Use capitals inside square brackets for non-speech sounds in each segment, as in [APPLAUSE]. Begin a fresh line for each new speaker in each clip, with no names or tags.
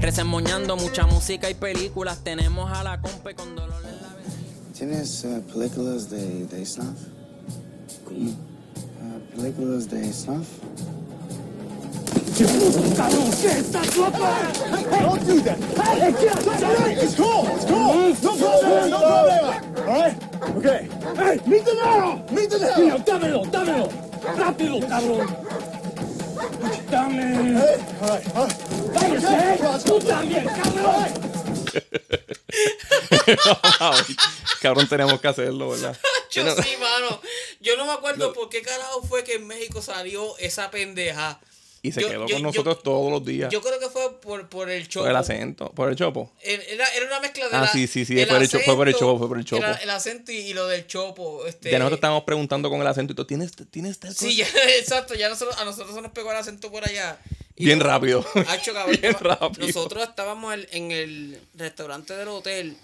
Resemoñando mucha música y películas. Tenemos a la compa con dolor en la
¿Tienes eh, películas de, de snuff? ¿Cómo? películas de snuff.
Don't do that. Hey, it's all right. It's cool. It's cool. No problem. No problem. All right. Okay. Hey, meet the narrow. Meet the narrow. Dámelo, dámelo. Rápido, cabrón. Dame.
All right. All right.
Cállese. Tú también, cabrón.
Ah, Cabrón, tenemos que hacerlo, ¿verdad?
[LAUGHS] Yo
Bueno,
sí, mano. Yo no me acuerdo por qué carajo fue que en México salió esa pendeja.
Y se
Yo-
quedó
yo-
con
yo-
nosotros todos los días.
Yo creo que fue por, por el show.
por el acento, por el chopo.
Era, era una mezcla de
Ah,
la-
sí, sí, sí,
el
fue el cho- fue por el
acento,
chopo, fue por el chopo.
era El, acento y, y lo del chopo. Este,
Ya nosotros estábamos preguntando con el acento y tú, ¿tienes, tienes tal cosa?
Sí, [LAUGHS] ya, exacto. Ya nosotros, a nosotros se nos pegó el acento por allá. Y
Bien
no-
rápido.
[LAUGHS] Hacho, cabrón,
Bien
estaba-
rápido.
Nosotros estábamos en- en el restaurante del hotel.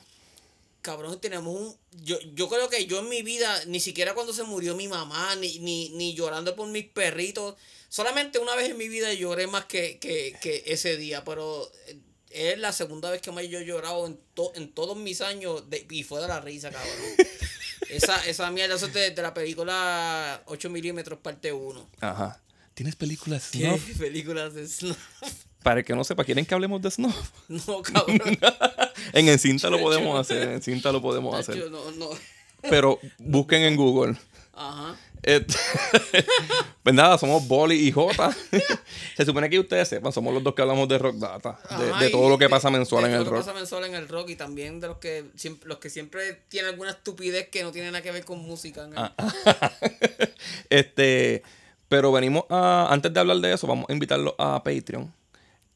Cabrón, y tenemos un. Yo, yo creo que yo en mi vida, ni siquiera cuando se murió mi mamá, ni, ni, ni llorando por mis perritos. Solamente una vez en mi vida lloré más que, que, que ese día, pero eh, es la segunda vez que más yo he llorado en, to- en todos mis años de- y fue de la
[LAUGHS]
risa, cabrón. esa, esa mierda eso es de, de la película 8 milímetros, parte 1.
Ajá. ¿Tienes películas
¿Qué [LAUGHS]
snuff?
películas de snuff?
Para el que no sepa, ¿quieren que hablemos de snuff?
[LAUGHS]
[LAUGHS]
No, cabrón.
en Encinta lo podemos hacer, en Encinta lo podemos
Yo
hacer.
no, [LAUGHS] no.
Pero busquen en Google.
Ajá.
Et- [LAUGHS] pues nada, somos Boli y Jota. [LAUGHS] Se supone que ustedes sepan, somos los dos que hablamos de Rock Data, de,
Ajá,
de
y
todo lo que
de-
pasa mensual
de
en
todo
el
lo que
rock.
pasa mensual en el rock y también de los que siempre, los que siempre tienen alguna estupidez que no tiene nada que ver con música. ¿no?
Ah, este, pero venimos a, antes de hablar de eso, vamos a invitarlos a Patreon.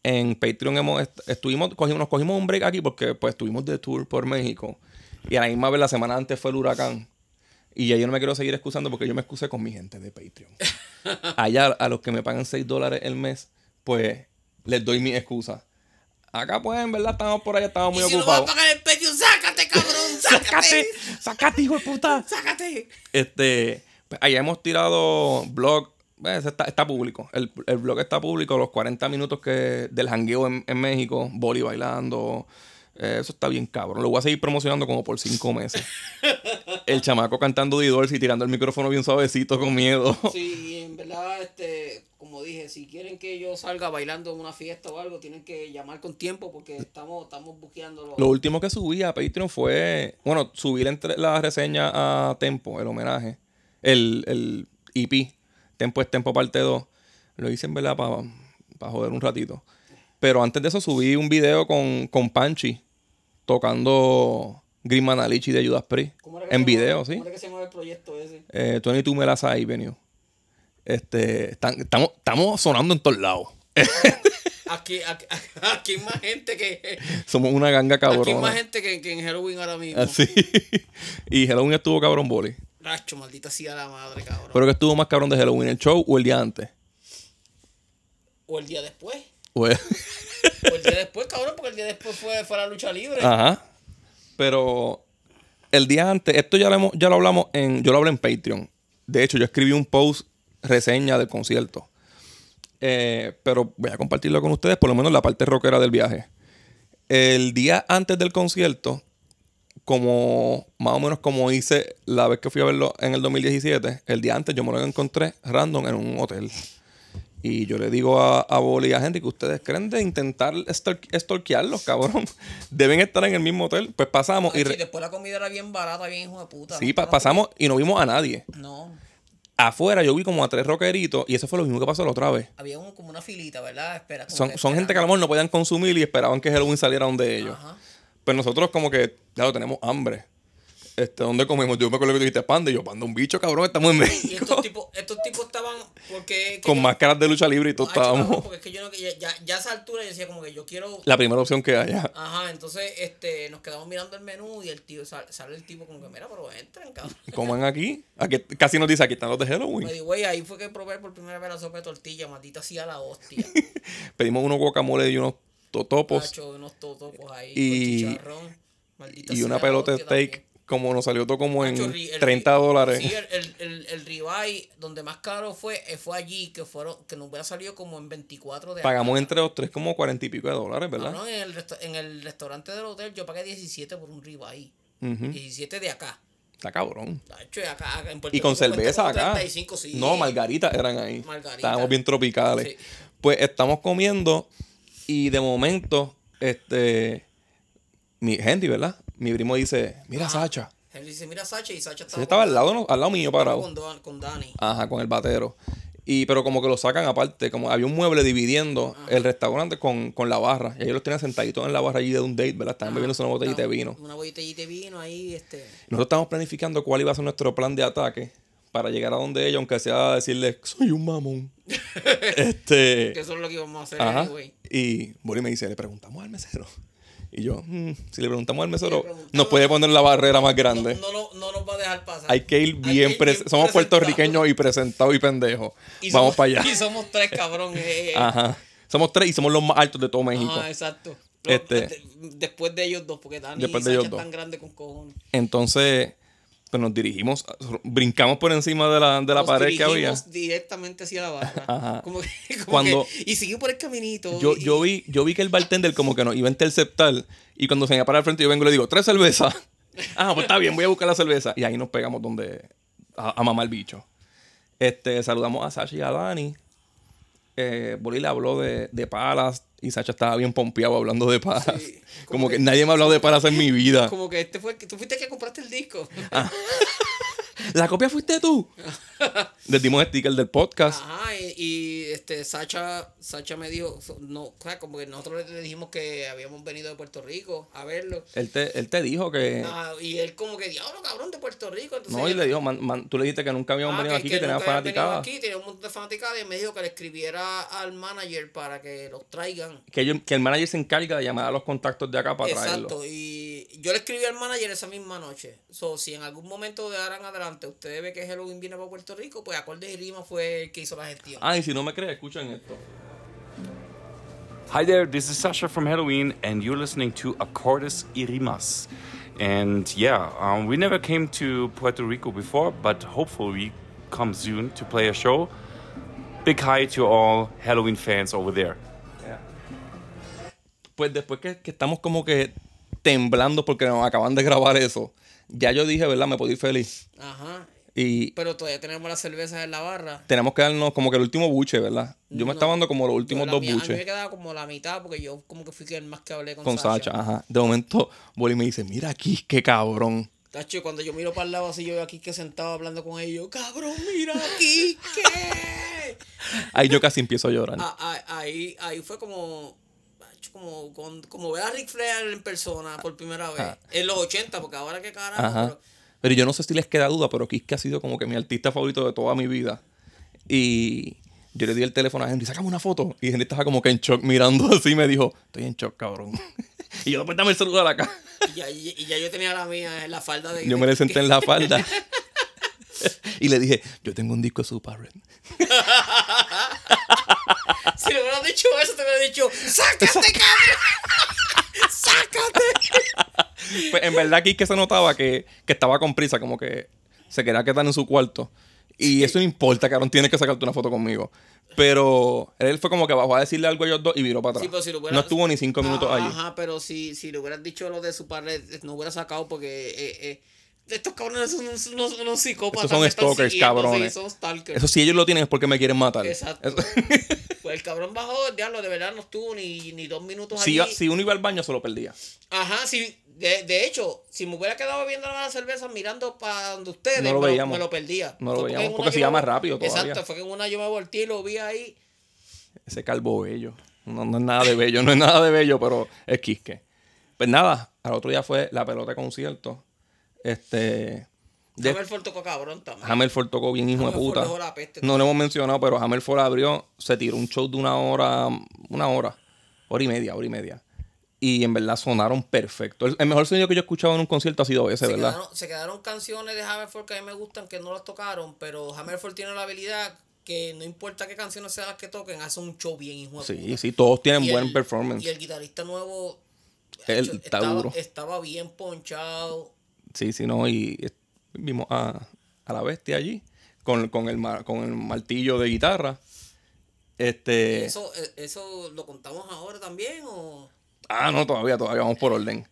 En Patreon hemos est- estuvimos, cogimos, nos cogimos un break aquí porque pues estuvimos de tour por México. Y a la misma vez la semana antes fue el huracán. Y ya yo no me quiero seguir excusando porque yo me excusé con mi gente de
[LAUGHS]
Patreon. Allá a los que me pagan 6 dólares el mes, pues les doy mi excusa. Acá pues en verdad estamos por allá, estamos muy
y si no vas a pues.
ocupados.
pagar el pecho, sácate,
[LAUGHS]
cabrón,
¡Sácate!
sácate.
¡Sácate, hijo de puta! [LAUGHS]
sácate.
Este, pues, allá hemos tirado blog. pues, está, está público. El, el blog está público. Los 40 minutos que del jangueo en, en México, Boli bailando. eh, eso está bien cabrón. Lo voy a seguir promocionando como por cinco meses. El chamaco cantando Didolsi y tirando el micrófono bien suavecito con miedo.
Sí, en verdad, este, como dije, si quieren que yo salga bailando en una fiesta o algo, tienen que llamar con tiempo porque estamos, estamos buqueándolo.
Lo último que subí a Patreon fue. Bueno, subí la, entre- la reseña a Tempo, el homenaje. El, el EP. Tempo es Tempo parte 2. Lo hice en verdad para joder un ratito. Pero antes de eso subí un video con, con Panchi tocando Green Manalichi de Judas Priest.
¿Cómo era que
En
se llamaba-
video, sí.
¿Cómo era que se llama el proyecto ese?
Eh, 22 Melas Avenue. Este, están- estamos, estamos sonando en todos lados. [LAUGHS]
Aquí, aquí, [LAUGHS] aquí hay más gente que.
Somos una ganga
Aquí hay más
cabrona. Ah,
gente que, que en Halloween ahora mismo.
Así. [LAUGHS] y Halloween estuvo cabrón boli.
Racho, maldita sea la madre, cabrón.
Pero que estuvo más cabrón de Halloween, el show o el día antes.
O el día después.
O el-
O el día después, cabrón, porque el día después fue, fue la lucha libre.
[LAUGHS] Ajá. Pero el día antes, esto ya lo, hemos- ya lo hablamos en. Yo lo hablé en Patreon. De hecho, yo escribí un post reseña del concierto. Eh, pero voy a compartirlo con ustedes, por lo menos la parte rockera del viaje. El día antes del concierto, como más o menos como hice la vez que fui a verlo en el 2017, el día antes yo me lo encontré random en un hotel. Y yo le digo a, a Boli y a Henry que ustedes creen de intentar estor- estorquearlos, cabrón. [LAUGHS] Deben estar en el mismo hotel. Pues pasamos y
Ay, sí,
re-
después la comida era bien barata, bien hijo de puta.
sí,
¿no?
pa- pasamos y no vimos a nadie.
No,
Afuera yo vi como a tres rockeritos y eso fue lo mismo que pasó la otra vez.
había un- como una filita, ¿verdad? Espera. como
Son,
que
son gente que a lo
esperando.
mejor no podían consumir y esperaban que Halloween saliera donde ellos.
Ajá.
Pero nosotros como que, ya lo tenemos hambre. Este, ¿Dónde comemos? Yo me acuerdo que tú dijiste panda y yo, panda un bicho, cabrón, estamos en
Y
México.
estos tipos, estos tipos están preguntaban por qué. que
Con
yo-
máscaras de lucha libre y todo
Ah, chico,
estábamos.
Porque es que yo no, ya, ya, ya a esa altura yo decía como que yo quiero
La primera opción que haya.
Ajá, entonces este, nos quedamos mirando el menú y el tío sal- sale el tipo como que, mira, pero entran, cabrón.
Coman aquí. aquí. Casi nos dice, aquí están los de
Me
Halloween.
digo, güey, ahí fue que probé por primera vez la sopa de tortilla, maldita sea la hostia.
Pedimos unos guacamole y unos totopos.
Tacho, unos totopos ahí,
Pues, Y-
con chicharrón. Maldita
Y
sea
una
la
pelota de
hostia
steak.
también.
Como nos salió todo como en
Tacho, el ri- el ri-
30
Sí,
dólares.
el, el, el, el ribeye, donde más caro fue, eh, fue allí, que fueron, que nos hubiera salido como en 24 de
Pagamos entre los tres como 40 y pico de dólares, ¿verdad?
Cabrón, en, el resta- en el restaurante del hotel yo pagué 17 por un ribeye.
Ujú.
17 de acá.
Está cabrón.
Tacho, y acá, acá en Puerto
Y con
Rico cuesta
cerveza
como
acá.
35, sí.
No, margaritas eran ahí.
Margarita.
Estábamos bien tropicales.
Sí.
Pues estamos comiendo y de momento, este, mi Henry, ¿verdad? Mi primo dice,
Ah.
mira Sacha.
Henry dice, mira Sacha y Sacha estaba,
Ese estaba
con-
al lado, no- al lado mío
estaba
parado.
con, Dan- con Dani.
Ajá, con el batero. Y, pero como que lo sacan aparte, como había un mueble dividiendo
Ah.
el restaurante con, con la barra. Y ellos los tenían sentaditos en la barra allí de un date, ¿verdad?
Ah,
Estaban bebiéndose una botellita de vino.
Una botellita de vino ahí, este.
Nosotros estábamos planificando cuál iba a ser nuestro plan de ataque para llegar a donde ella, aunque sea decirle, soy un
[LAUGHS]
mamón.
Que
este.
eso es lo que íbamos a hacer,
Ajá.
güey.
Y Boris me dice, le preguntamos al mesero. Y yo, "Mm, si le preguntamos al mesero,
preguntamos-
nos puede poner la barrera más
No,
grande.
no, no- no nos va a dejar pasar.
Hay que ir bien,
que
pres-
ir bien
Somos
presentados.
puertorriqueños y presentados y pendejos.
Y
Vamos
somos-
para allá.
[LAUGHS] Y somos tres, Ah, cabrón. eh, eh.
Ajá. Somos tres y somos los más altos de todo México.
Ajá, exacto. No,
Este-
de- después de ellos dos, porque Dani
Después
y
de
Sacha
ellos dos.
están grandes con cojones.
Entonces, pues nos dirigimos, brincamos por encima de la, de la
Nos
pared que había.
dirigimos directamente hacia la barra.
Ajá.
Como que- [LAUGHS] como
Cuando-
que- y siguió por el caminito.
Yo,
y-
yo, vi, yo vi que el bartender como que nos iba a interceptar y cuando se me para al frente yo vengo y le digo, tres cervezas. [LAUGHS] Ah, pues está bien, voy a buscar la cerveza. Y ahí nos pegamos donde a, a mamar bicho. Este, saludamos a Sacha y a Dani. Eh, Boli le habló de, de Palas y Sacha estaba bien pompeado hablando de Palas. [LAUGHS] como que, nadie me ha hablado de Palas en mi vida.
Como que este fue, el que- tú fuiste el que compraste el
[LAUGHS]
disco.
¿La copia fuiste
[LAUGHS]
tú? Les dimos sticker del podcast.
Ajá, y, y, este Sacha, Sacha me dijo, so- no, o sea, como que nosotros le dijimos que habíamos venido de Puerto Rico a verlo.
Él te, él te dijo que...
Ah, y él como que, diablo, cabrón, de Puerto Rico. Entonces,
no, y le dijo, man- man- tú le dijiste que nunca habíamos
ah,
venido aquí, que, tenía
nunca había venido
fanaticada.
aquí, tenía un montón de fanaticadas y me dijo que le escribiera al manager para que los traigan.
que, ellos- que el manager se encarga de llamar a los contactos de acá para traerlo.
Exacto, y yo le escribí al manager esa misma noche. So, si en algún momento de ahora en adelante ustedes ven que Halloween viene para Puerto Rico, pues Acordes y Rima fue el que hizo la gestión.
Ah, y si no me crees, escuchen esto.
Hi there, this is Sasha from Halloween, and you're listening to Accordes Irimas. And yeah, um, we never came to Puerto Rico before, but hopefully we come soon to play a show. Big hi to all Halloween fans over there.
Pues después que, que estamos como que temblando porque nos acaban de grabar eso, ya yo dije, ¿verdad? Me puedo ir feliz.
Ajá,
Y
pero todavía tenemos las cervezas en la barra.
tenemos que darnos como que el último buche, ¿verdad? Yo me estaba dando como los
Yo
últimos
la
dos
mía- A mí me
buches
quedaba como la mitad porque yo como que fui que el más que hablé con,
con Sacha. Ajá. De momento, Boli me dice, mira aquí, qué cabrón.
Tacho, y cuando yo miro para el lado así, yo veo aquí que sentado hablando con ellos. Cabrón, mira aquí,
[LAUGHS]
¿qué?
Ahí yo casi empiezo a llorar.
Ah, ah, ahí, ahí fue como... tacho, Como, con- como ver a Ric Flair en persona por primera vez. En los 80, porque ahora que carajo.
Ajá.
pero-
Pero yo no sé si les queda duda, pero Kiske ha sido como que mi artista favorito de toda mi vida. Y yo le di el teléfono a Henry, sácame una foto. Y Henry estaba como que en shock mirando [LAUGHS] así y me dijo, estoy en shock, cabrón. [LAUGHS] y yo, pues dame el celular acá.
y, ya, y- y ya yo tenía la mía en la falda de...
Yo me le senté en la falda. [LAUGHS] y le dije, yo tengo un disco de Super Red.
[LAUGHS] Si le hubieran dicho eso, te hubiera dicho,
[LAUGHS]
¡sácate, cabrón! [LAUGHS] ¡Sácate!
Pues en verdad Kiske se notaba que, que estaba con prisa, como que se quería quedar en su cuarto. Y eso no importa, cabrón, tienes que sacarte una foto conmigo. Pero él fue como que bajó a decirle algo a ellos dos y viró para atrás.
Sí, pero si lo hubiera-
no estuvo ni cinco minutos
Ajá,
allí.
Ajá, pero si, si le hubieras dicho lo de su padre, eh, no hubiera sacado porque eh, eh, estos cabrones son unos, unos- unos psicópatas.
Estos son
me están
stalkers,
siguiendo,
cabrones.
sí, son stalkers.
Eso si ellos lo tienen es porque me quieren matar.
Exacto.
Eso- [LAUGHS]
[LAUGHS] pues el cabrón bajó, el diablo, de verdad no estuvo ni, ni dos minutos
si,
allí.
si uno iba al baño se lo perdía.
Ajá, sí. De, de hecho, si me hubiera quedado bebiendo la cerveza mirando para donde ustedes,
No lo
me,
veíamos.
me lo perdía.
No lo
Fue en
veíamos,
una
porque se
yo
iba
me-
más rápido todavía.
Exacto, fue que en una yo me volteé y lo vi ahí.
Ese calvo bello. No, no es nada de bello, no es nada de bello, pero es quisque. Pues nada, al otro día fue la pelota de concierto. Este, De-
Hammerford tocó cabrón también.
Hammerford tocó bien hijo de
Hammerford
puta.
dejó la peste.
No lo hemos mencionado, pero Hammerford abrió, se tiró un show de una hora, una hora, hora y media, hora y media. Y en verdad sonaron perfecto. El, el mejor sonido que yo he escuchado en un concierto ha sido ese,
se,
¿verdad?
quedaron, se quedaron canciones de Hammerford que a mí me gustan que no las tocaron, pero Hammerford tiene la habilidad que no importa qué canciones sean las que toquen, hace un show bien hijo de puta.
Sí, sí, todos tienen
Y
buen
el-
performance.
Y el guitarrista nuevo
Él
hecho,
está
estaba,
duro.
estaba bien ponchado.
Sí, sí, no, y eh, vimos a, a la bestia allí con, con, el, ma- con el martillo de guitarra. Este.
Eso, eh, eso lo contamos ahora también o
Ah, no, todavía, todavía vamos por orden.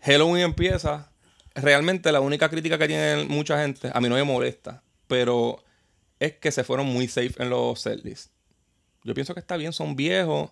Halloween empieza. Realmente la única crítica que tiene mucha gente, a mí no me molesta, pero es que se fueron muy safe en los setlists. Yo pienso que está bien, son viejos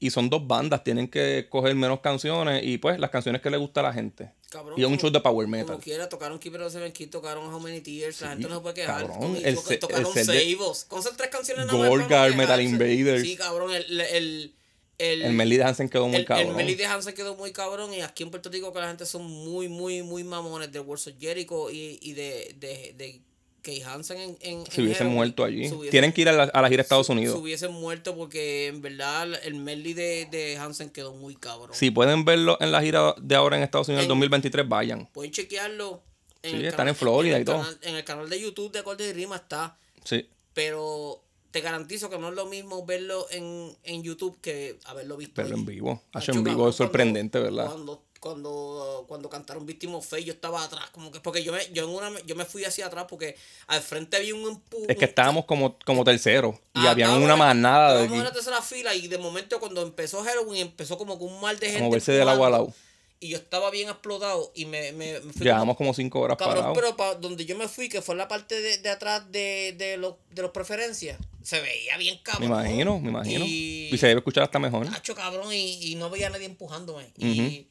y son dos bandas, tienen que coger menos canciones y pues las canciones que le gusta a la gente.
cabrón.
y es un
como-
show de power metal.
Como quiera, tocaron Keeper of the Seven Keys, tocaron How Many Tears, la gente no se puede quejar.
cabrón,
Con- y
el
toca-
se- el
tocaron
set de-
Seibos. Con esas tres canciones nada más
Gorgar,
para no
Metal
quejarse.
Invaders.
Sí, cabrón, el... el, el,
El Melly de Hansen quedó muy
el- el
cabrón.
Melly de Hansen quedó muy cabrón y aquí en Puerto Rico que la gente son muy, muy, muy mamones de World of Jericho y, y de, de, de Kay Hansen en, en
si
en
hubiesen
Hero.
muerto allí.
Se hubiesen-
Tienen que ir a la, a la gira a Estados
se-
Unidos.
Se hubiesen muerto porque en verdad el Melly de, de Hansen quedó muy cabrón.
Si pueden verlo en la gira de ahora en Estados Unidos
En-
el 2023, vayan.
Pueden chequearlo.
Sí,
el
están
canal-
en Florida
el
y todo.
canal- en el canal de YouTube de Acordes y Rima está.
Sí.
Pero te garantizo que no es lo mismo verlo en, en YouTube que haberlo visto.
Pero
allí.
en vivo. Hacho,
Hacho,
en vivo
cabrón,
es sorprendente,
cuando-
¿verdad?
Cuando, cuando, cuando cantaron Víctima Fe, yo estaba atrás. Como que, porque yo me, yo en una, yo me fui hacia atrás porque al frente había un empuje.
es que estábamos como, como terceros y
Ah,
había
estábamos
una
en-
manada de
estábamos en la
aquí.
tercera fila y de momento cuando empezó Halloween empezó como que un mal de gente.
moverse del agua al
empujando,
agua.
Y yo estaba bien explotado y me, me, me fui
Llevamos como cinco horas
Cabrón,
parados.
pero pa- donde yo me fui, que fue la parte de, de atrás de, de, los, de los preferencias, se veía bien
Me
cabrón.
imagino, me imagino.
Y, Ah,
Y se debe escuchar hasta mejor.
Cacho, cabrón, y, y no veía a nadie empujándome. Y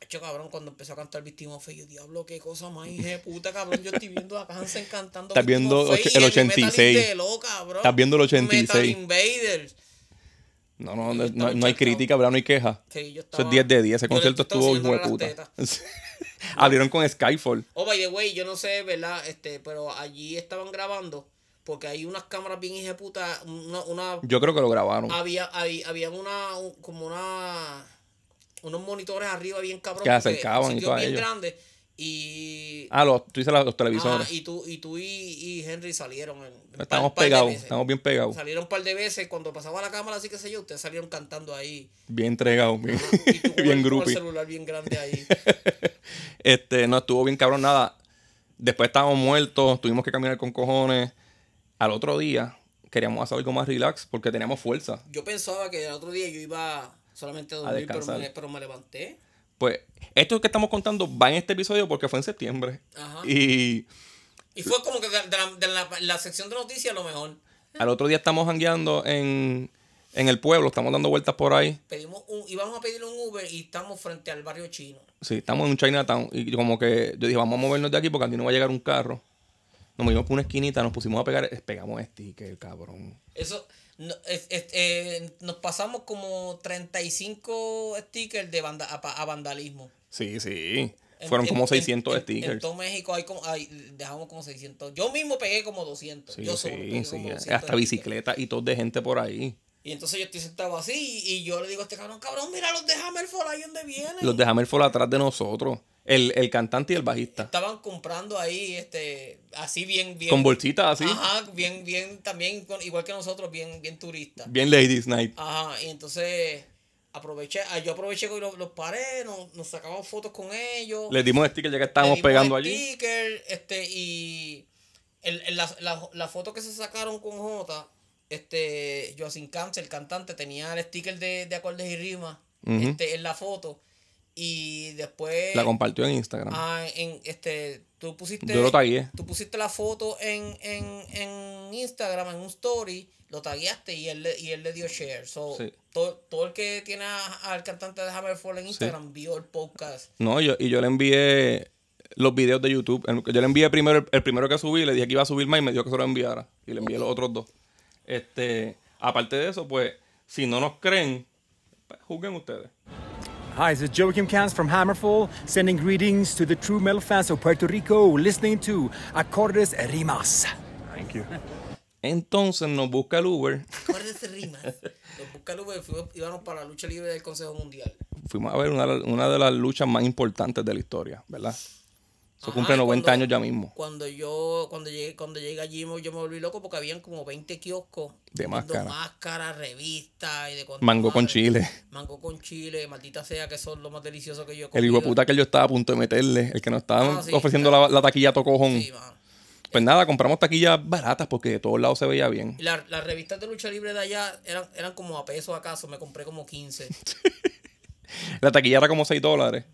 cacho, cabrón, cuando empezó a cantar Victim of Fate, yo, diablo, qué cosa más hija de puta, cabrón. Yo estoy viendo a Hansen cantando.
Estás
Victim
viendo
of Fate
och-
y
el
a mí Metal
86.
Intello, cabrón.
Estás viendo el 86.
Metal Invaders.
No, no, no,
Yo estaba
no- no hay
chascado.
crítica, ¿verdad? No hay queja.
Sí, yo
Eso
estaba-
es 10 de 10. Ese
yo le-
concierto
yo estaba
estuvo hijo
siguiéndole
de
las
puta.
tetas.
[LAUGHS] Abrieron con Skyfall.
Oh, by the way, yo no sé, ¿verdad? Este, pero allí estaban grabando. Porque hay unas cámaras bien ejecutas, una, una
Yo creo que lo grabaron.
había, había, había una, un- como una, unos monitores arriba bien cabrones.
Que acercaban y todo a
bien
ellos.
grande. Y,
Ah, los, tú dices los, los
ajá,
televisores.
Ah, y tú y, tú y, y Henry salieron. en- en
Estamos
par- par de
pegados,
veces.
estamos bien pegados.
Salieron un par de veces. Cuando pasaba la cámara, así que sé yo, ustedes salieron cantando ahí.
[LAUGHS] Bien entregados, bien,
Y tú con
[LAUGHS]
el-
bien
con
groupie.
el celular bien
[LAUGHS]
grande ahí.
Este, no estuvo bien cabrón nada. Después estábamos muertos, tuvimos que caminar con cojones. Al otro día queríamos hacer algo más relax porque teníamos fuerza.
Yo pensaba que el otro día yo iba solamente a dormir, pero
descansar.
me, pero me levanté.
Pues esto que estamos contando va en este episodio porque fue en septiembre.
Ajá.
Y
Y fue como que de, de la, de la- la sección de noticias, a lo mejor.
al otro día estamos hangueando en, en el pueblo, estamos dando vueltas por ahí.
Pedimos un, íbamos a pedir un Uber y estamos frente al barrio chino.
Sí, estamos en un Chinatown. Y yo como que yo dije, vamos a movernos de aquí porque aquí no va a llegar un carro. Nos movimos por una esquinita, nos pusimos a pegar, pegamos sticker, cabrón.
Eso, no, es- es- eh, nos pasamos como 35 stickers de banda, a, pa- a vandalismo.
Sí, sí.
En-
Fueron
en-
como
en-
600
en- En,
stickers.
todo México hay como, hay- dejamos como 600. Yo mismo pegué como 200.
Sí,
yo
sí,
solo pegué
sí. eh,
como 200
Hasta
stickers.
bicicletas y todo de gente por ahí.
Y entonces yo estoy sentado así y, y yo le digo a este cabrón, cabrón, mira los de Hammerfall ahí donde vienen.
Los de Hammerfall atrás de nosotros. El, el cantante y el bajista.
Estaban comprando ahí, este, así bien, bien.
Con bolsitas así.
Ajá, bien, bien, también, con- igual que nosotros, bien, bien turistas.
Bien Ladies Night.
Ajá, y entonces aproveché, ah, yo aproveché que los, los paré, nos, nos sacamos fotos con ellos.
Les dimos sticker ya que
le
estábamos
dimos
pegando
el
allí.
sticker, este, y el, el- la, la, la foto que se sacaron con Jota, este, Joaquín Cance, el cantante, tenía el sticker de, de acordes y rimas
Ujú.
este, en la foto. Y después...
La compartió en Instagram.
Ah, en este, tú pusiste.
Yo lo tagué.
Tú pusiste la foto en, en, en Instagram, en un story, lo tagueaste y él, le- y él le dio share. So,
Sí.
todo, todo el que tiene a- al cantante de Hammerfall en Instagram vio el podcast.
No, yo, y yo le envié los videos de YouTube. El- yo le envié primero el, el primero que subí, le dije que iba a subir más y me dijo que se lo enviara. Y le envié los otros dos. Este, aparte de eso, pues, si no nos creen, pues, juzguen ustedes.
Hi, this is Joachim Kans from Hammerfall, sending greetings to the true metal fans of Puerto Rico, listening to Acordes Rimas.
Thank you.
Entonces nos busca el Uber.
Acuérdense [LAUGHS] rimas. Los buscalo, güey, fuimos- íbamos para la lucha libre del Consejo Mundial.
Fuimos a ver una, una de las luchas más importantes de la historia, ¿verdad? Eso
Ajá,
cumple
y
90
cuando-
años ya mismo.
Cuando yo, cuando llegué, cuando llegué allí, mo- yo me volví loco porque habían como 20 kioscos.
De
vendiendo
máscara.
Máscaras, revistas y de cuanta
Mango con
madre.
chile.
Mango con chile, maldita sea, que son lo más delicioso que yo he
El
comido.
hijo de puta que yo estaba a punto de meterle, el que nos estaba
Ah, sí,
ofreciendo
claro.
la, la taquilla tocojón.
Sí, mano.
pues nada, compramos taquillas baratas porque de todos lados se veía bien.
Y la- las revistas de lucha libre de allá eran, eran como a peso acaso, me compré como
[LAUGHS]
15.
La taquilla era como 6 dólares.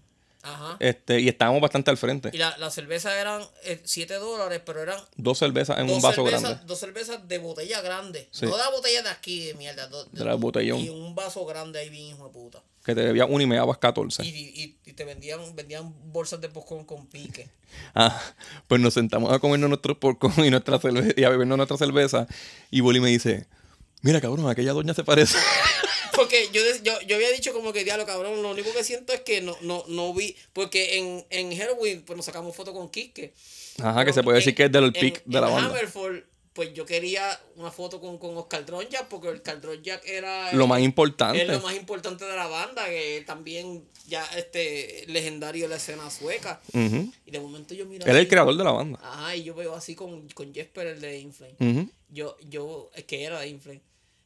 Ajá.
Este, y estábamos bastante al frente.
Y la, la cerveza eran 7 dólares, pero eran
Dos cervezas en
dos,
un vaso
cervezas,
grande.
dos cervezas de botella grande.
Sí.
No de la botella de aquí, de mierda. do-
De la botellón.
Y un vaso grande ahí bien, hijo de puta.
Que te bebía una y me dabas 14.
Y, y- y te vendían, vendían bolsas de popcorn con pique. [LAUGHS]
Ah, pues nos sentamos a comernos nuestro porco y, nuestra cerve- y a bebernos nuestra cerveza. Y Boli me dice, mira cabrón, aquella doña se
[LAUGHS]
parece.
Porque yo, de- yo, yo había dicho como que, diablo, cabrón, lo único que siento es que no, no, no vi. Porque en, en Halloween, pues nos sacamos foto con Kike.
Ajá, que
Pero
se puede
en-
decir que es del
en-
pic de la
en
banda.
Hammerfall, pues yo quería una foto con, con Oscar Dronjak, porque Oscar Dronjak era.
Lo más
Es lo
importante.
más importante de la banda, que también ya este legendario de la escena sueca.
Ujú.
Y de momento yo miro.
Él es el
así,
creador de la banda.
Ajá, Ah, y yo veo así con, con Jesper, el de Inflame.
Ujú.
Yo, yo, es que era de Inflame.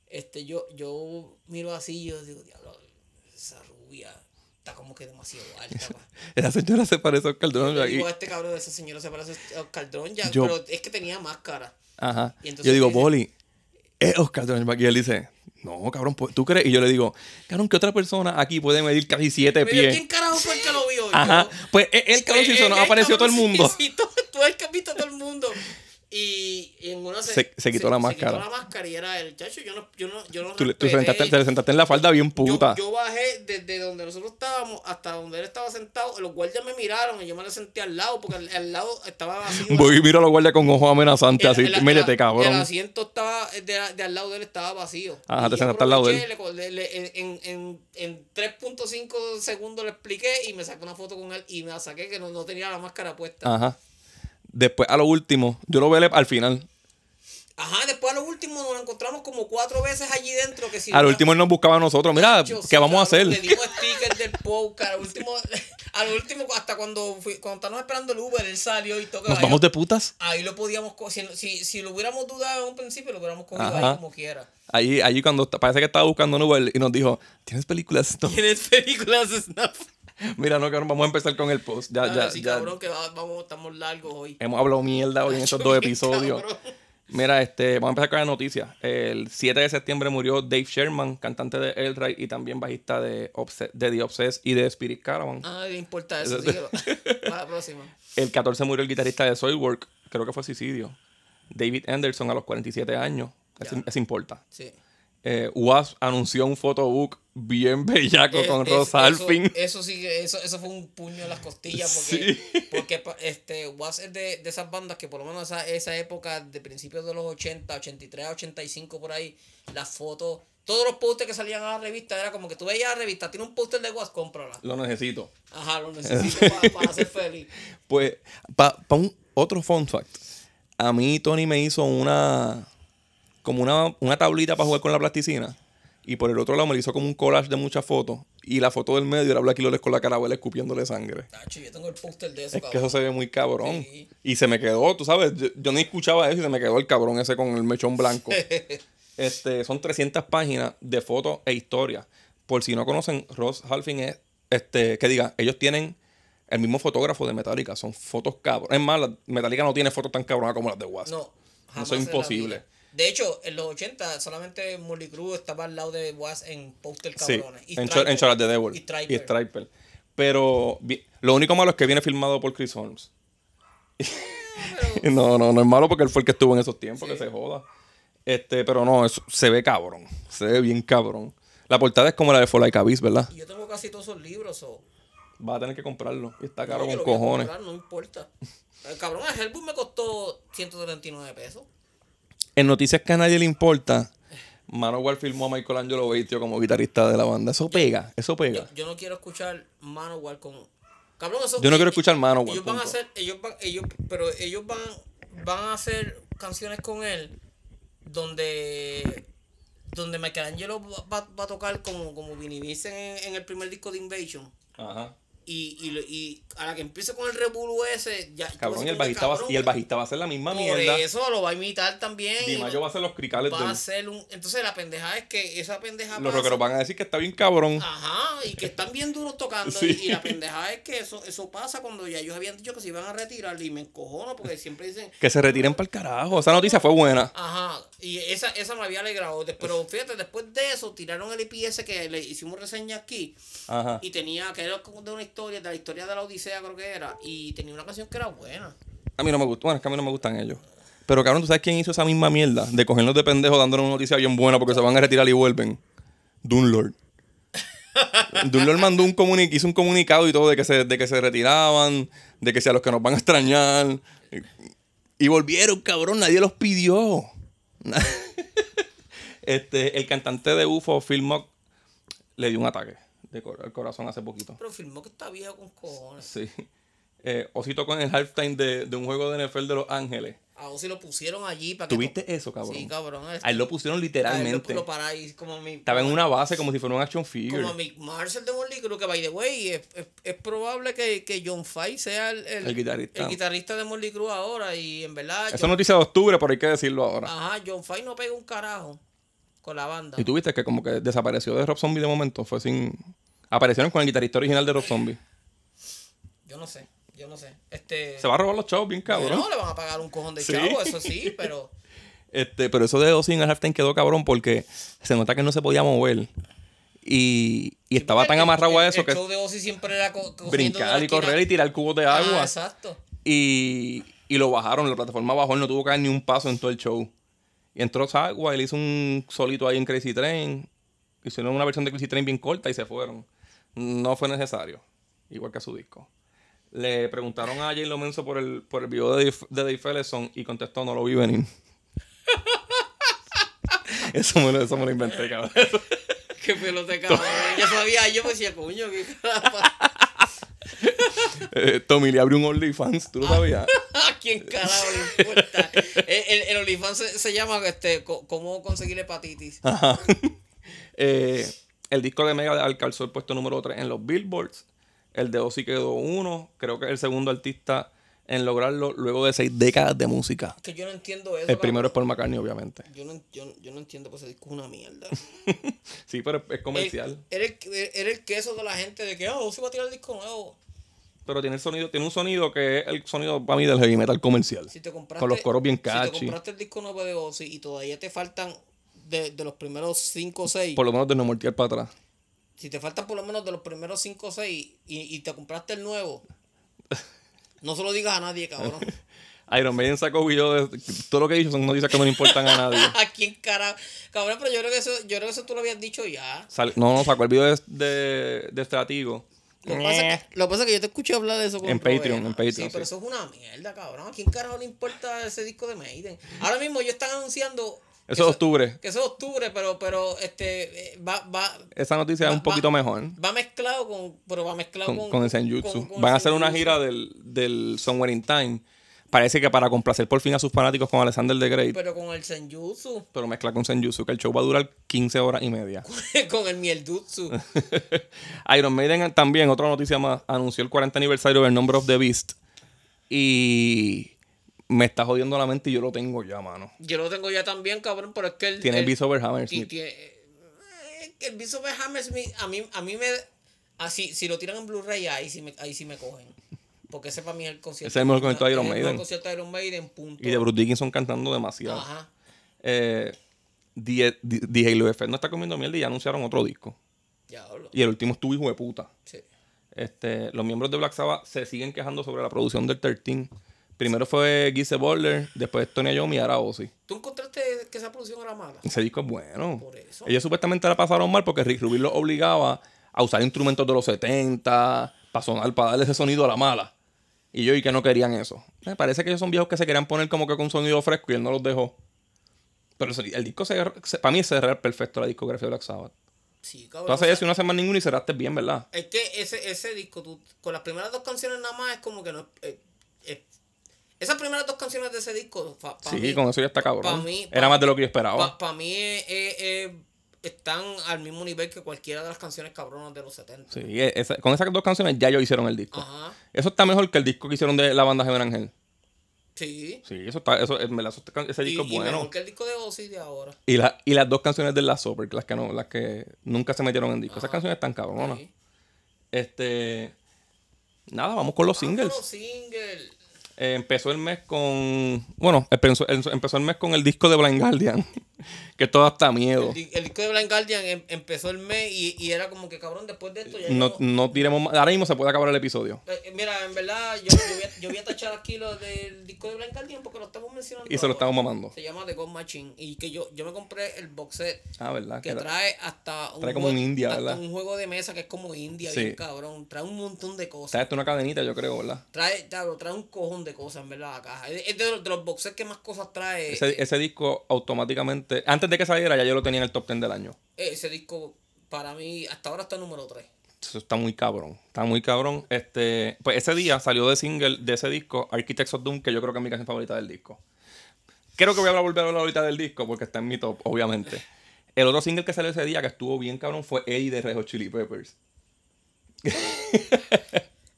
Este, yo, yo miro así y yo digo, diablo, esa rubia está como que demasiado
[LAUGHS]
alta. pa".
Esa señora se parece a Oscar Drone.
Yo
y-
digo, este cabrón de esa señora se parece a Oscar Dronjak",
Yo-
pero es que tenía máscara.
Ajá.
Y entonces
yo digo,
dice-
Boli, es Oscar Drone. Y él dice, no, cabrón, pues, ¿tú crees? Y yo le digo, cabrón, que otra persona aquí puede medir casi siete
Pero
pies.
¿quién carajo fue el que lo vio?
Ajá.
Yo-
Pues e- él, cabrón, si
Eh,
eso
eh,
nos
eh,
apareció todo el
cabrón, sí,
mundo.
[LAUGHS] sí, todo- tú es que has visto a todo el mundo. Y, y en una
Se- se quitó la máscara.
Se quitó la máscara y era el chacho. Yo no, yo no, yo no
Tú, le- tú
respeté.
sentaste- te le sentaste en la falda bien
pues, Yo-
puta.
Yo, bajé desde donde nosotros estábamos hasta donde él estaba sentado. Los guardias me miraron y yo me le senté al lado porque al, al lado estaba vacío.
Voy y miro a los guardias con ojos amenazantes,
El-
así,
el- el-
mírate,
El
cabrón.
asiento estaba de, de al lado de él estaba vacío.
Ajá,
Y
te
yo
sentaste al lado de él.
aproveché, le- le- en, en, en 3.5 segundos le expliqué y me saqué una foto con él y me la saqué que no, no tenía la máscara puesta.
Ajá. Después, a lo último, yo lo veo al final.
Ajá, después a lo último nos encontramos como cuatro veces allí dentro. Que si
Al
una-
último él nos buscaba a nosotros. Mira,
Yo, sí,
¿qué vamos a hacer?
cabrón, Le dimos stickers del podcast. Al último, [LAUGHS] al último hasta cuando, fui- cuando estábamos esperando el Uber, él salió y toca.
[LAUGHS] ¿Nos
ahí-
vamos de putas?
Ahí lo podíamos. co- Si, si, si lo hubiéramos dudado en un principio, lo hubiéramos cogido
Ajá.
ahí como quiera. [LAUGHS]
Allí, allí cuando está- parece que estaba buscando un Uber y nos dijo, ¿tienes películas? [LAUGHS] No.
Tienes películas de Snap.
Mira, no, cabrón, vamos a empezar con el post. Ya,
Ya,
ya,
sí,
ya. Eh.
cabrón, que va- vamos, estamos largos hoy.
Hemos hablado mierda hoy en estos
Yo,
dos
[LAUGHS] bien,
episodios.
cabrón.
Mira, este, vamos a empezar con la noticia. El 7 de septiembre murió Dave Sherman, cantante de El Ray y también bajista de, Obse- de The Obsess y de Spirit Caravan.
Ah, no importa eso, síguelo. [LAUGHS] Para la próxima.
El 14 murió el guitarrista de Soilwork, creo que fue suicidio. David Anderson a los 47 años. Eso, eso importa.
Sí.
Eh, Wasp anunció un photobook bien bellaco
Es-
con
es-
Ross Alfin.
Eso, eso sí, que- eso, eso fue un puño en las costillas. Porque,
Sí. [LAUGHS]
porque pa- este, Was es de, de esas bandas que, por lo menos, esa, esa época de principios de los 80, 83, 85, por ahí, las fotos, todos los pósters que salían a la revista, era como que tú veías la revista, tiene un póster de Was, cómprala.
Lo necesito.
Ajá,
[LAUGHS]
lo necesito pa- para ser feliz.
Pues, para un otro fun fact. A mí Tony me hizo una. como una, una tablita para jugar con la plasticina. Y por el otro lado me lo hizo como un collage de muchas fotos. Y la foto del medio era Blacky Loles con la carabuela escupiéndole sangre.
Tacho, yo tengo el póster de eso,
Es que
cabrón.
eso se ve muy cabrón.
Sí.
Y se me quedó, tú sabes, yo, yo ni escuchaba eso y se me quedó el cabrón ese con el mechón blanco.
[LAUGHS]
este, son 300 páginas de fotos e historias. Por si no conocen, Ross Halfin es, este, que diga, ellos tienen el mismo fotógrafo de Metallica, son fotos cabrón. Es más, la- Metallica no tiene fotos tan cabronas como las de Wasp.
No, jamás
Eso es
en la
imposible.
vida. De hecho, en los 80 solamente Molly Cruz estaba al lado de Was en póster
Sí,
cabrones. Y
en, Cho-
Striper.
en Choras de Devil.
Y
Y
Striper.
Striper. Pero vi- lo único malo es que viene filmado por Chris Holmes. [LAUGHS] no, no, no es malo porque él fue el que estuvo en esos tiempos, que se joda. Este, pero no, eso- se ve cabrón. Se ve bien cabrón. La portada es como la de For Like a Beast, ¿verdad?
Y yo tengo casi todos esos libros, o
Vas a tener que comprarlo. Y está
No,
caro
yo
con
lo voy a
cojones.
comprar, no importa. El cabrón, el Hellboy me costó 139 pesos.
En noticias que a nadie le importa, Manowar filmó a Michelangelo Batio como guitarrista de la banda. Eso pega, eso pega.
Yo no quiero escuchar Manowar con. Cabrón, eso-
Yo no quiero escuchar Manowar,
Ellos van a
punto.
hacer. Ellos van, ellos, pero ellos van, van a hacer canciones con él donde. Donde Michelangelo va, va- va a tocar como, como Vinnie Vincent en, en el primer disco de Invasion.
Ajá.
Y, y, lo- y a la que empiece con el revuelo ese. Ya,
Cabrón, y el
como que,
bajista va,
cabrón,
y el bajista va a hacer la misma
Por
mierda.
eso lo va a imitar también.
Di
y
Mayo va a hacer los cricales
va a
de
ser un. Entonces la pendejada es que esa pendejada.
los
pasa-
rockeros van a decir que está bien cabrón.
Ajá, y que están bien duros tocando.
Sí.
Y, y la pendejada es que eso, eso pasa cuando ya ellos habían dicho que se iban a retirar. Y me encojono porque siempre dicen,
Que se retiren para el carajo. Esa noticia fue buena.
ajá, y esa, esa me había alegrado. De- Pero fíjate, después de eso tiraron el IPS que le hicimos reseña aquí.
Ajá.
Y tenía que era como de una historia, de la historia de la Odisea, creo que era. Y tenía una canción que era buena.
A mí no me gustó. Bueno, es que a mí no me gustan ellos. Pero cabrón, ¿tú sabes quién hizo esa misma mierda? De cogernos de pendejo dándonos una noticia bien buena porque se van a retirar y vuelven. Dunlord. Dunlord mandó un comuni- hizo un comunicado y todo de que, se, de que se retiraban, de que sea los que nos van a extrañar. Y volvieron, cabrón, nadie los pidió. [LAUGHS] este, el cantante de UFO, Phil Mock, le dio un ataque de cor- al corazón hace poquito.
Pero filmó que está viejo con cojones.
Sí. Eh, Osito con el halftime de, de un juego de NFL de Los Ángeles.
A Ozzy lo pusieron allí para que.
¿Tuviste eso, cabrón?
Sí, cabrón. este-
A él lo pusieron
A
literalmente.
él lo- lo para ahí, como mi-
Estaba en una base como si fuera un action
Como a
figure.
Mick Marcel de Molly, creo que by the way, es, es- es probable que, que John Fay sea el,
El guitarrista.
el guitarrista de Molly Crew ahora. Y en verdad,
Esa
John,
noticia de octubre, pero hay que decirlo ahora.
ajá, John Fay no pega un carajo con la banda.
Y tú viste que como que desapareció de Rob Zombie de momento. Fue sin... Aparecieron con el guitarrista original de Rob Zombie.
Yo no sé, yo no sé. Este,
Se va a robar los chavos bien cabrón.
No, le van a pagar un cojón de
Sí.
chavo, eso
[LAUGHS]
sí, pero
Este, pero eso de Ozzy en el halftime quedó cabrón porque se nota que no se podía mover. Y, y estaba tan
El-
amarrado a
el-
eso
el
que
show de Ozzy siempre era co- cogiendo de la
brincar y
esquina.
correr y tirar cubos de
Ah,
agua.
exacto. [LAUGHS]
y, y lo bajaron, la plataforma bajó, él no tuvo que dar ni un paso en todo el show. Y entró Sagua, él hizo un solito ahí en Crazy Train, hicieron una versión de Crazy Train bien corta y se fueron. No fue necesario, igual que a su disco. Le preguntaron a Jay Lomenzo por el, por el video de, Dave- de Dave Ellison y contestó, no lo vi venir. [LAUGHS] eso, me lo, eso me lo inventé, cabrón. [LAUGHS]
Qué pelota, cabrón. Yo sabía, yo me decía, coño, qué carajo.
Eh, Tommy le abrió un OnlyFans, ¿tú lo sabías?
[LAUGHS] ¿A quién carajo le importa? El, el, el OnlyFans se, se llama este, co- ¿Cómo conseguir hepatitis?
Ajá. [LAUGHS] Eh, el disco de Mega alcanzó el puesto número 3 en los Billboards. El de Ozzy quedó uno. Creo que es el segundo artista en lograrlo luego de seis décadas de música.
Que yo no entiendo eso.
El primero es Paul
cabrón.
McCartney, obviamente. [LAUGHS]
Yo no, yo, no- yo no entiendo porque ese disco es una mierda.
Sí, pero es [LAUGHS] comercial.
Era el, era el queso de la gente de que, oh, se va a tirar el disco nuevo.
Pero tiene, el sonido, tiene un sonido que es el sonido para mí del heavy metal comercial.
Si te compraste,
con los coros bien
Si te
catchy.
compraste el disco nuevo de Ozzy y todavía te faltan de, de los primeros 5 o 6,
por lo menos de No Mortal para atrás.
si te faltan por lo menos de los primeros 5 o 6 y, y te compraste
[LAUGHS]
el nuevo, no se lo digas a nadie, cabrón.
Iron Maiden sacó video de. Todo lo que he dicho son noticias que no le importan a
[LAUGHS]
nadie.
¿A quién carajo? Cabrón, pero yo creo que eso, yo creo que eso tú lo habías dicho ya.
Sal- no, no, sacó el video de, de, de Estratigo.
Lo que pasa, es que- lo que pasa es que yo te escuché hablar de eso con
En
Robert.
Patreon, en Patreon,
Sí, pero
sí.
eso es una mierda, cabrón. ¿A quién carajo le importa ese disco de Maiden? Ahora mismo ellos están anunciando. que
es octubre.
Que eso es octubre, pero, pero este eh, va, va,
Esa noticia es
va-
un poquito
va-
mejor.
Va mezclado con. Pero va mezclado con.
con, con el Senjutsu.
con- con el
Van a hacer una
Senjutsu.
gira del, del Somewhere in Time. Parece que para complacer por fin a sus fanáticos con Alexander the Great, pero,
Pero con el Senjutsu. [LAUGHS]
mezcla con Senjutsu, que el show va a durar 15 horas y media. [LAUGHS]
con el Mieldutsu.
Iron Maiden también, otra noticia más, anunció el 40 aniversario del Number of the Beast. Y me está jodiendo la mente y yo lo tengo ya, mano.
Yo lo tengo ya también, cabrón, pero es que el.
Tiene el
el-
Beast over
ti-
Hammersmith.
tiene- eh, el Beast of Hammersmith a mí, a mí me. Así, si lo tiran en Blu-ray, ahí sí me, ahí sí me cogen. Porque ese para mí es el concierto.
Ese es el mejor concierto de Iron
es el mejor
Maiden.
concierto de Iron Maiden, punto.
Y de Bruce Dickinson cantando demasiado.
Ajá.
Eh, DJ Lou Effect no está comiendo mierda y ya anunciaron otro disco.
Ya hablo.
Y el último estuvo hijo de puta.
Sí.
Este, los miembros de Black Sabbath se siguen quejando sobre la producción del 13. Primero fue Gise Borler, después Tony Iommi y ahora Ozzy.
¿Tú encontraste que esa producción era mala?
Ese disco es bueno.
Por eso.
Ellos supuestamente la pasaron mal porque Rick Rubin los obligaba a usar instrumentos de los 70 para sonar, para darle ese sonido a la mala. Y yo, y que no querían eso. Me parece que ellos son viejos que se querían poner como que con sonido fresco y él no los dejó. Pero el, el disco, se, se- para mí, es cerrar perfecto la discografía de Black Sabbath.
Sí,
Tú
cabrón.
haces
o sea,
eso y no haces más ninguno y cerraste bien, ¿verdad?
Es que ese, ese disco, tú, con las primeras dos canciones nada más, es como que no. eh, eh, esas primeras dos canciones de ese disco, para
sí,
mí,
con eso ya está cabrón.
pa' mí-
Era
pa-
más de lo que yo esperaba.
para mí eh, eh, eh, están al mismo nivel que cualquiera de las canciones cabronas de los 70.
Sí, pues. e- esa- con esas dos canciones ya ellos hicieron el disco.
Ajá.
Eso está mejor que el disco que hicieron de la banda Gemel Ángel.
Sí.
Sí, eso está, eso, en verdad, eso está- ese
Y,
disco es
y
bueno.
mejor que el disco de Ozzy de ahora.
Y, la- y las dos canciones de la Sober, las que no, las que nunca se metieron en disco.
Ah.
Esas canciones están cabronas.
Sí. Ah,
Este. Nada, vamos con los singles.
Los singles.
Eh, empezó el mes con. Bueno, empezó, empezó el mes con el disco de Blind Guardian. [LAUGHS] que todo hasta miedo.
El, di- el disco de Blind Guardian em- empezó el mes y, y era como que cabrón, después de esto ya
No,
yo-
no tiremos más. Ahora mismo se puede acabar el episodio.
Eh, eh, Mira, en verdad, yo, yo voy a, yo voy a tachar aquí lo del disco de Blind Guardian porque lo estamos mencionando.
Y se lo
ahora.
estamos mamando.
Se llama The God Machine. Y que yo, yo me compré el box set
Ah, ¿verdad?
que
Que era-
trae hasta un,
trae como
jue-
un India,
hasta
¿verdad?
un juego de mesa que es como India,
Sí.
bien cabrón. Trae un montón de cosas.
Trae hasta una cadenita, yo creo, ¿verdad?
Trae, claro, trae un cojón de cosas, en verdad, la caja. Es es de, los- de los boxes que más cosas trae.
Ese, ese disco automáticamente. Antes de que saliera, ya yo lo tenía en el top 10 del año.
eh, Ese disco, para mí, hasta ahora está el número 3.
Eso está muy cabrón. Está muy cabrón. Este, pues ese día salió de single de ese disco, Architects of Doom, que yo creo que es mi canción favorita del disco. Creo que voy a hablar- volver a hablar ahorita del disco porque está en mi top, obviamente. El otro single que salió ese día que estuvo bien cabrón fue Eddie de Red Hot Chili Peppers.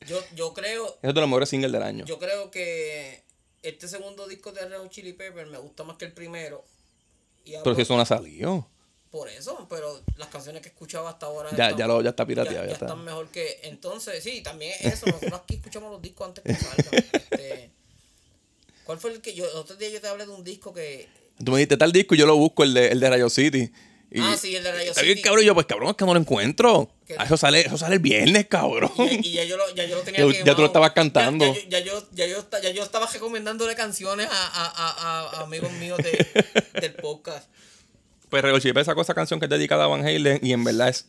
Yo, yo creo,
Es de los mejores singles del año.
yo creo que este segundo disco de Red Hot Chili Pepper me gusta más que el primero. Y
Pero
hablo
si eso no ha salido.
Por eso, pero las canciones que escuchaba hasta ahora.
Ya- ya lo- ya está pirateado,
Ya,
ya
ya
está.
están mejor que. Entonces, sí, también eso. Nosotros aquí escuchamos los discos antes que salgan. Este, ¿Cuál fue el que yo. El otro día yo te hablé de un disco que.
Tú me dijiste tal disco y yo lo busco, el de, el de Rayo City. Y-
Ah, sí, el de Rayo
está bien,
City.
cabrón. Y yo, pues cabrón, es que no lo encuentro.
¿Qué?
Ah, eso, sale, eso sale el viernes, cabrón.
Y, ya- y ya, yo lo, ya yo lo tenía
[LAUGHS] Ya- ya
quemado.
tú lo estabas cantando.
Ya, ya yo- ya yo, ya, yo, esta- ya yo estaba recomendándole canciones a, a- a- a- a amigos míos de- del podcast.
Pues Red Hot Chili Peppers sacó esa canción que es dedicada a Van Halen y en verdad es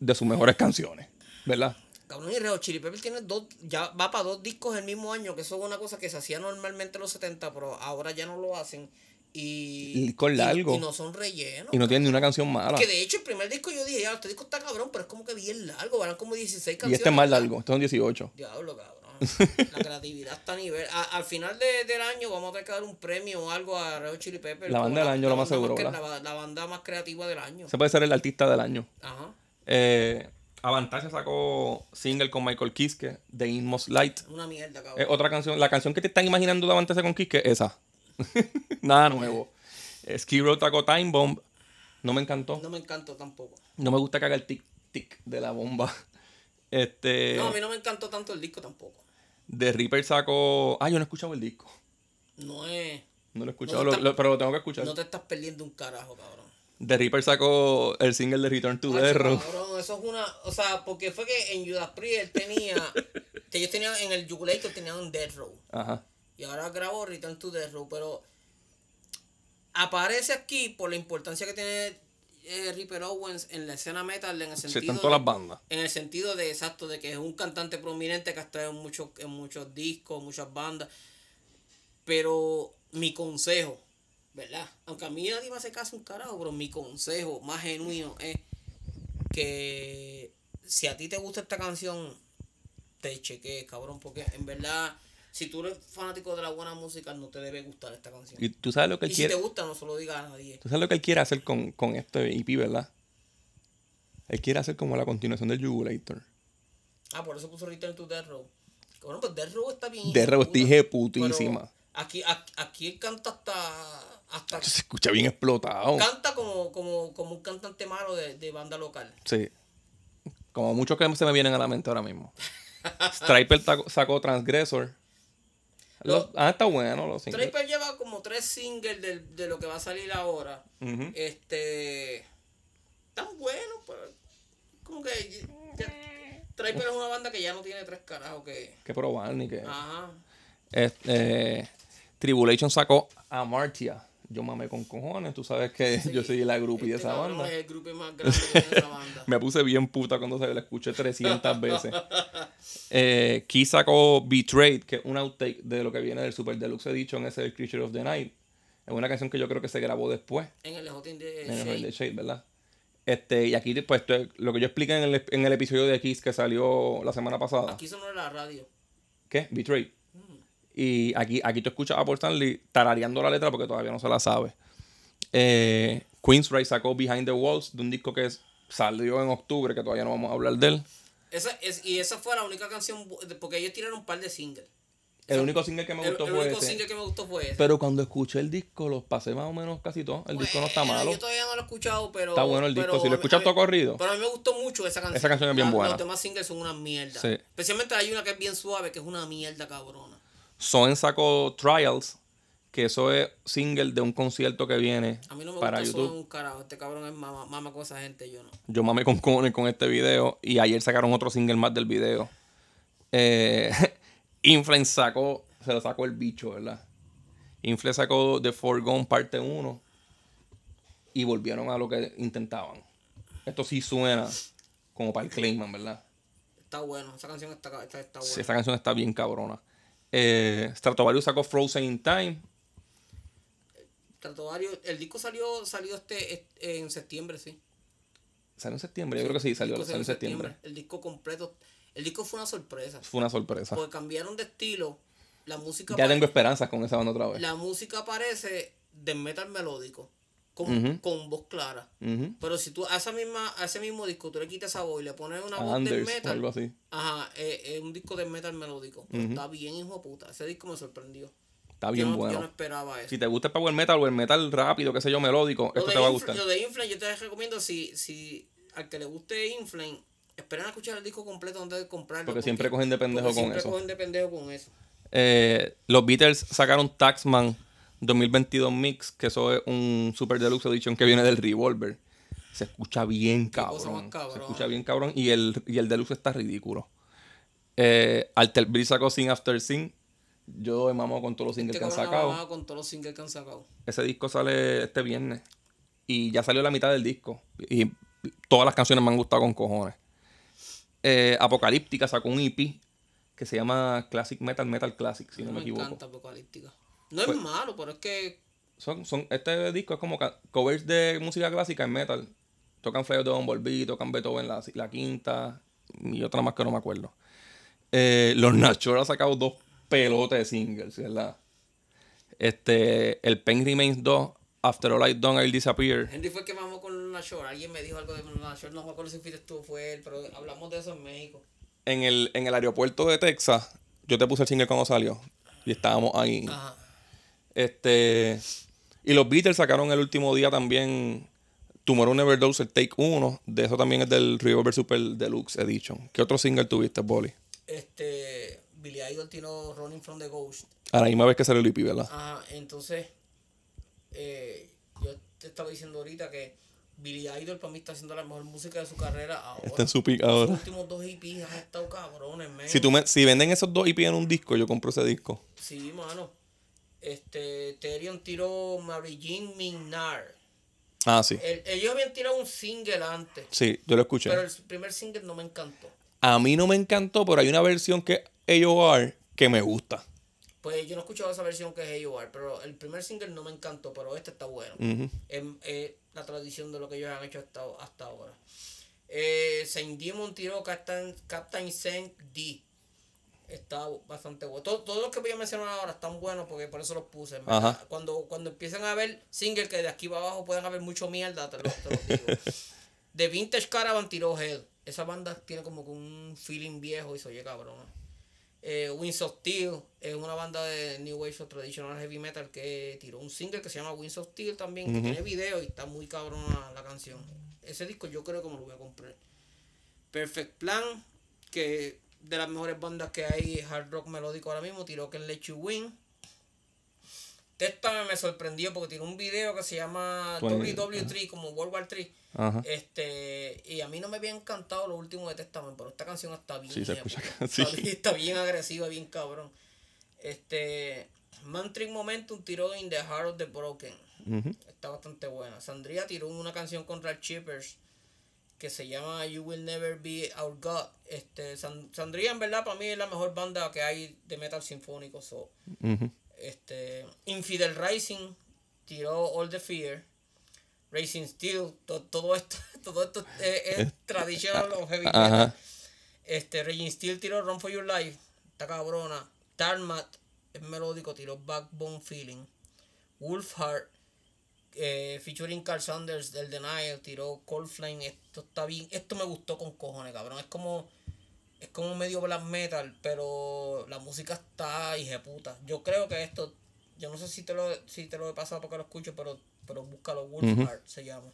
de sus mejores canciones, ¿verdad?
Cabrón, y Reo Chili Peppers tiene dos, ya va para dos discos el mismo año, que eso es una cosa que se hacía normalmente en los 70, pero ahora ya no lo hacen.
Y
Y,
disco largo.
Y, no son rellenos.
Y no tiene ni una canción mala. este
Que de hecho el primer disco yo dije, ya, este disco está cabrón, pero es como que bien largo, eran como 16
Y
canciones.
este es más largo, este es un 18. [LAUGHS]
Diablo, cabrón. La creatividad está a nivel. a- al final de- del año vamos a tener que dar un premio o algo a Reo Chili Peppers.
La
como
banda del año,
la
lo más
banda
seguro,
cre- la, la banda más creativa del año.
Se puede ser el artista del año.
Ajá.
Eh, Avantasia sacó single con Michael Kiske, The Inmost Light.
Una mierda, cabrón.
Eh, otra canción, la canción que te están imaginando de Avantasia con Kiske, esa. [LAUGHS] Nada nuevo. Eh, Skid Row sacó Time Bomb. No me encantó.
No me encantó tampoco.
No me gusta que haga el tic-tic de la bomba. [LAUGHS] Este.
No, a mí no me encantó tanto el disco tampoco.
The Reaper sacó. Ah, yo no he escuchado el disco.
No es.
No lo he escuchado,
No te
lo-
está-
lo- pero lo tengo que escuchar.
No te estás perdiendo un carajo, cabrón.
The Reaper sacó el single de Return to the
Hacho,
Road.
cabrón, eso es una. O sea, porque fue que en Judas Priest él tenía. que ellos tenían en el Jugulator tenían un Death Row.
Ajá.
Y ahora grabó Return to Death Row, pero. Aparece aquí por la importancia que tiene eh, Reaper Owens en la escena metal en el
Sí,
sentido.
están
de-
todas las bandas.
En el sentido de exacto, de que es un cantante prominente que ha estado en muchos, en muchos discos, muchas bandas. Pero mi consejo, ¿verdad? Aunque a mí nadie me hace caso un carajo, pero mi consejo más genuino es que si a ti te gusta esta canción, te chequees, cabrón, porque en verdad, si tú eres fanático de la buena música, no te debe gustar esta canción.
Y
Y,
tú sabes lo que él
si te
quiere.
gusta, no se lo digas a nadie.
Tú sabes lo que él quiere hacer con, con este EP, ¿verdad? Él quiere hacer como la continuación del Jugulator.
Ah, por eso puso Return to Death Row. Bueno, pues Death Row está bien.
Death Row
hijo de
está
puta.
hijeputísima.
Pero Aquí, aquí, aquí él canta hasta. hasta
Se escucha bien explotado.
canta como, como, como un cantante malo de, de banda local.
Sí. Como muchos que se me vienen a la mente ahora mismo. Striper taco- sacó Transgressor. Los- ah, está bueno los singles.
Draper lleva como tres singles de, de lo que va a salir ahora.
Ujú.
Este. Tan bueno, pero. Como que. ya- Draper es una banda que ya no tiene tres carajos que.
Que probar ni que.
Ah, Ajá.
Este, eh, Tribulation sacó a Martia. Yo mamé con cojones, tú sabes que yo soy la groupie de
Este
esa
cabrón
banda.
Es el grupo más grande que tiene
[LAUGHS]
esa banda.
Me puse bien puta cuando se la escuché
[LAUGHS]
300 veces. Eh, Key sacó Betrayed, que es un outtake de lo que viene del Super Deluxe Edition, ese del Creature of the Night. Es una canción que yo creo que se grabó después.
En el Hotin de
en el
Shea.
Rebelde Shade, ¿verdad? Este, y aquí, pues, esto es lo que yo expliqué en el, en el episodio de Kiss que salió la semana pasada.
Aquí sonó en la radio.
¿Qué? Betray. Y aquí, aquí tú escuchas a Paul Stanley tarareando la letra porque todavía no se la sabe. Eh, Queensrÿche sacó Behind the Walls de un disco que es- salió en octubre, que todavía no vamos a hablar de él.
Esa es, y esa fue la única canción, bu- porque ellos tiraron un par de singles.
El único single que me
El-
gustó
el
fue
único
ese.
single que me gustó fue ese.
Pero cuando escuché el disco, los pasé más o menos casi todos. El disco no está
Bueno,
malo.
Yo todavía no lo he escuchado, pero.
Está bueno el disco,
pero
si lo
a mí-
escuchas
a mí-
todo corrido.
Pero a mí me gustó mucho esa canción.
Esa canción es bien
La-
buena.
Los demás singles son una mierda.
Sí.
Especialmente hay una que es bien suave, que es una mierda cabrona.
Soen sacó Trials, que eso es single de un concierto que viene
A mí no me
para
gusta
YouTube.
Son un carajo. Este cabrón es mama, mama con esa gente, yo no.
Yo mamé con Conner con este video y ayer sacaron otro single más del video. Eh, [LAUGHS] Influence sacó, se lo sacó el bicho, ¿verdad? Influence sacó The Forgone parte 1 y volvieron a lo que intentaban. Esto sí suena como para el Clayman, ¿verdad?
Está bueno. Esa canción está, está, está buena.
Sí, esta canción está bien cabrona. Eh, Stratovarius sacó Frozen in Time.
Trató varios- El disco salió, salió este, este- en septiembre, sí.
Salió en septiembre, yo creo que sí, salió,
El disco
salió en septiembre.
El disco completo. El disco fue una sorpresa.
Fue una sorpresa.
Porque cambiaron de estilo. La música
Ya
pare-
tengo esperanzas con esa banda otra vez.
la música parece de metal melódico. Con, con voz clara.
Ujú.
Pero si tú a, esa misma, a ese mismo disco tú le quitas esa voz y le pones una voz de
Anders o
metal.
algo así.
Ajá, es un disco de metal melódico. Pero Está bien, hijo de puta. Ese disco me sorprendió.
Está bien
yo, no,
bueno.
yo no esperaba eso.
Si te gusta el power metal o el metal rápido, qué sé yo, melódico,
Lo
esto
de
te va a
Infl-
gustar.
Lo de Inflame, yo te recomiendo, si, si al que le guste Inflame, esperen a escuchar el disco completo antes de comprarlo.
Porque siempre cogen de pendejo
porque
con
siempre
eso.
cogen de pendejo con eso.
Eh, los Beatles sacaron Taxman 2022 Mix, que eso es un Super Deluxe Edition que viene del Revolver. Se escucha bien
cosa
cabrón.
más cabrona.
Se escucha bien cabrón y el, y el Deluxe está ridículo. Eh, Alter Bridge sacó Sin After Sin. Yo he mamado con todos los singles
Este
que han
cabrón ha
sacado.
mamado con todos los singles que han sacado.
Ese disco sale este viernes. Y ya salió la mitad del disco. Y todas las canciones me han gustado con cojones. Eh, Apocalíptica sacó un EP que se llama Classic Metal Metal Classic, si no me,
me
equivoco. Pues
encanta Apocalíptica. No es malo, pero es que
Son, son, este disco es como ca- covers de música clásica en metal. Tocan Flair de Bumblebee, tocan Beethoven la, la quinta y otra más que no me acuerdo. Eh, los Nachos han sacado dos pelotas de singles, ¿verdad? Este, el Pen Remains 2, After All I Done, I'll Disappear.
Henry fue el que mamó con Luna Shore. Alguien me dijo algo de Luna Shore. No me acuerdo si fuiste tú o fue él, pero hablamos de eso en México.
en el, en el aeropuerto de Texas, yo te puse el single cuando salió. Y estábamos ahí.
Ajá.
Este. Y los Beatles sacaron el último día también. Tomorrow Never Dolls, el Take 1. De eso también es del Revolver Super Deluxe Edition. ¿Qué otro single tuviste, Bolly?
Este, Billy Idol tiró Running from the Ghost.
A la misma vez que salió el EP, ¿verdad?
Ajá, entonces, eh, yo te estaba diciendo ahorita que Billy Idol para mí está haciendo la mejor música de su carrera ahora.
Está en su pick
Los
ahora.
últimos dos hippies han estado cabrones, man.
Si, tú me- si venden esos dos EP en un disco, yo compro ese disco.
Sí, mano. Este, Terion tiró Mary Jean Minnar.
Ah, sí.
El- ellos habían tirado un single antes,
Sí, yo lo escuché.
Eh, pero el primer single no me encantó.
A mí no me encantó, pero hay una versión que AOR que me gusta.
Pues yo no he escuchado esa versión que es AOR, pero el primer single no me encantó, pero este está bueno. Es, es la tradición de lo que ellos han hecho hasta, hasta ahora. Eh, Saint Demon tiró Captain, Captain Saint D. Está bastante bueno. Todo- Todos los que voy a mencionar ahora están buenos porque por eso los puse. en verdad.
Ajá.
Cuando, cuando empiezan a ver singles que de aquí para abajo pueden haber mucho mierda, te lo, te lo digo. The Vintage Caravan tiró Hell. Esa banda tiene como que un feeling viejo y se oye cabrón. Eh, Winds of Steel es una banda de New Wave of Traditional Heavy Metal que tiró un single que se llama Winds of Steel también, que tiene video y está muy cabrona la canción. Ese disco yo creo que me lo voy a comprar. Perfect Plan, que de las mejores bandas que hay hard rock melódico ahora mismo, tiró que es Let You Win. Testa me sorprendió porque tiró un video que se llama
Twenty-
WW3, como World War 3.
Ajá.
Este, y a mí no me había encantado lo último de Testament, pero esta canción está bien.
Sí, se
hija de
escucha
puta.
que- [LAUGHS] sí.
Está, bien- [LAUGHS] está bien agresiva, bien cabrón. Este, Mantric Momentum tiró In the Heart of the Broken. Está bastante buena. Sandria tiró una canción contra Chippers que se llama You Will Never Be Our God. Este, San- Sandria, en verdad, para mí es la mejor banda que hay de metal sinfónico. so, este, Infidel Rising tiró All the Fear, Racing Steel, to- todo esto, [LAUGHS] todo esto eh, es, tradicional o heavy metal.
Ajá.
Este, Raging Steel tiró Run for Your Life, está cabrona. Tarmat, es melódico, tiró Backbone Feeling. Wolfheart, eh, featuring Carl Sanders del Denial, tiró Coldflame. Esto está bien, esto me gustó con cojones, cabrón. Es como, es como medio black metal, pero la música está puta. Yo creo que esto, yo no sé si te lo, si te lo he pasado porque lo escucho, pero, pero búscalo, Wolfheart se llama.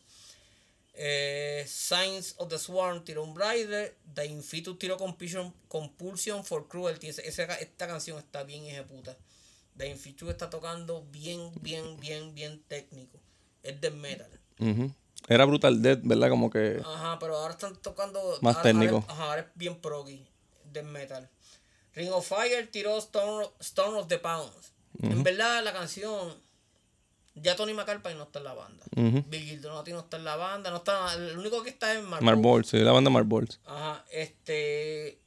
Eh, Signs of the Swarm tiró un Rider. The Infitus tiró Compulsion, Compulsion for Cruelty. Ese- ese- esta canción está bien ejeputa. The Infitus está tocando bien, bien, bien, bien técnico. Es de metal.
Ujú. Era Brutal Dead, ¿verdad? Como que.
Ajá, pero ahora están tocando.
Más
ahora- ahora
técnico.
es- ajá, ahora es bien proggy. De metal. Ring of Fire tiró Stone, Stone of the Pounds. En verdad, la canción. Ya Tony McAlpine no está en la banda. Bill Gildonati no está en la banda. No está, el único que está es Mark
Marble, sí, la banda Marble.
Ajá, este.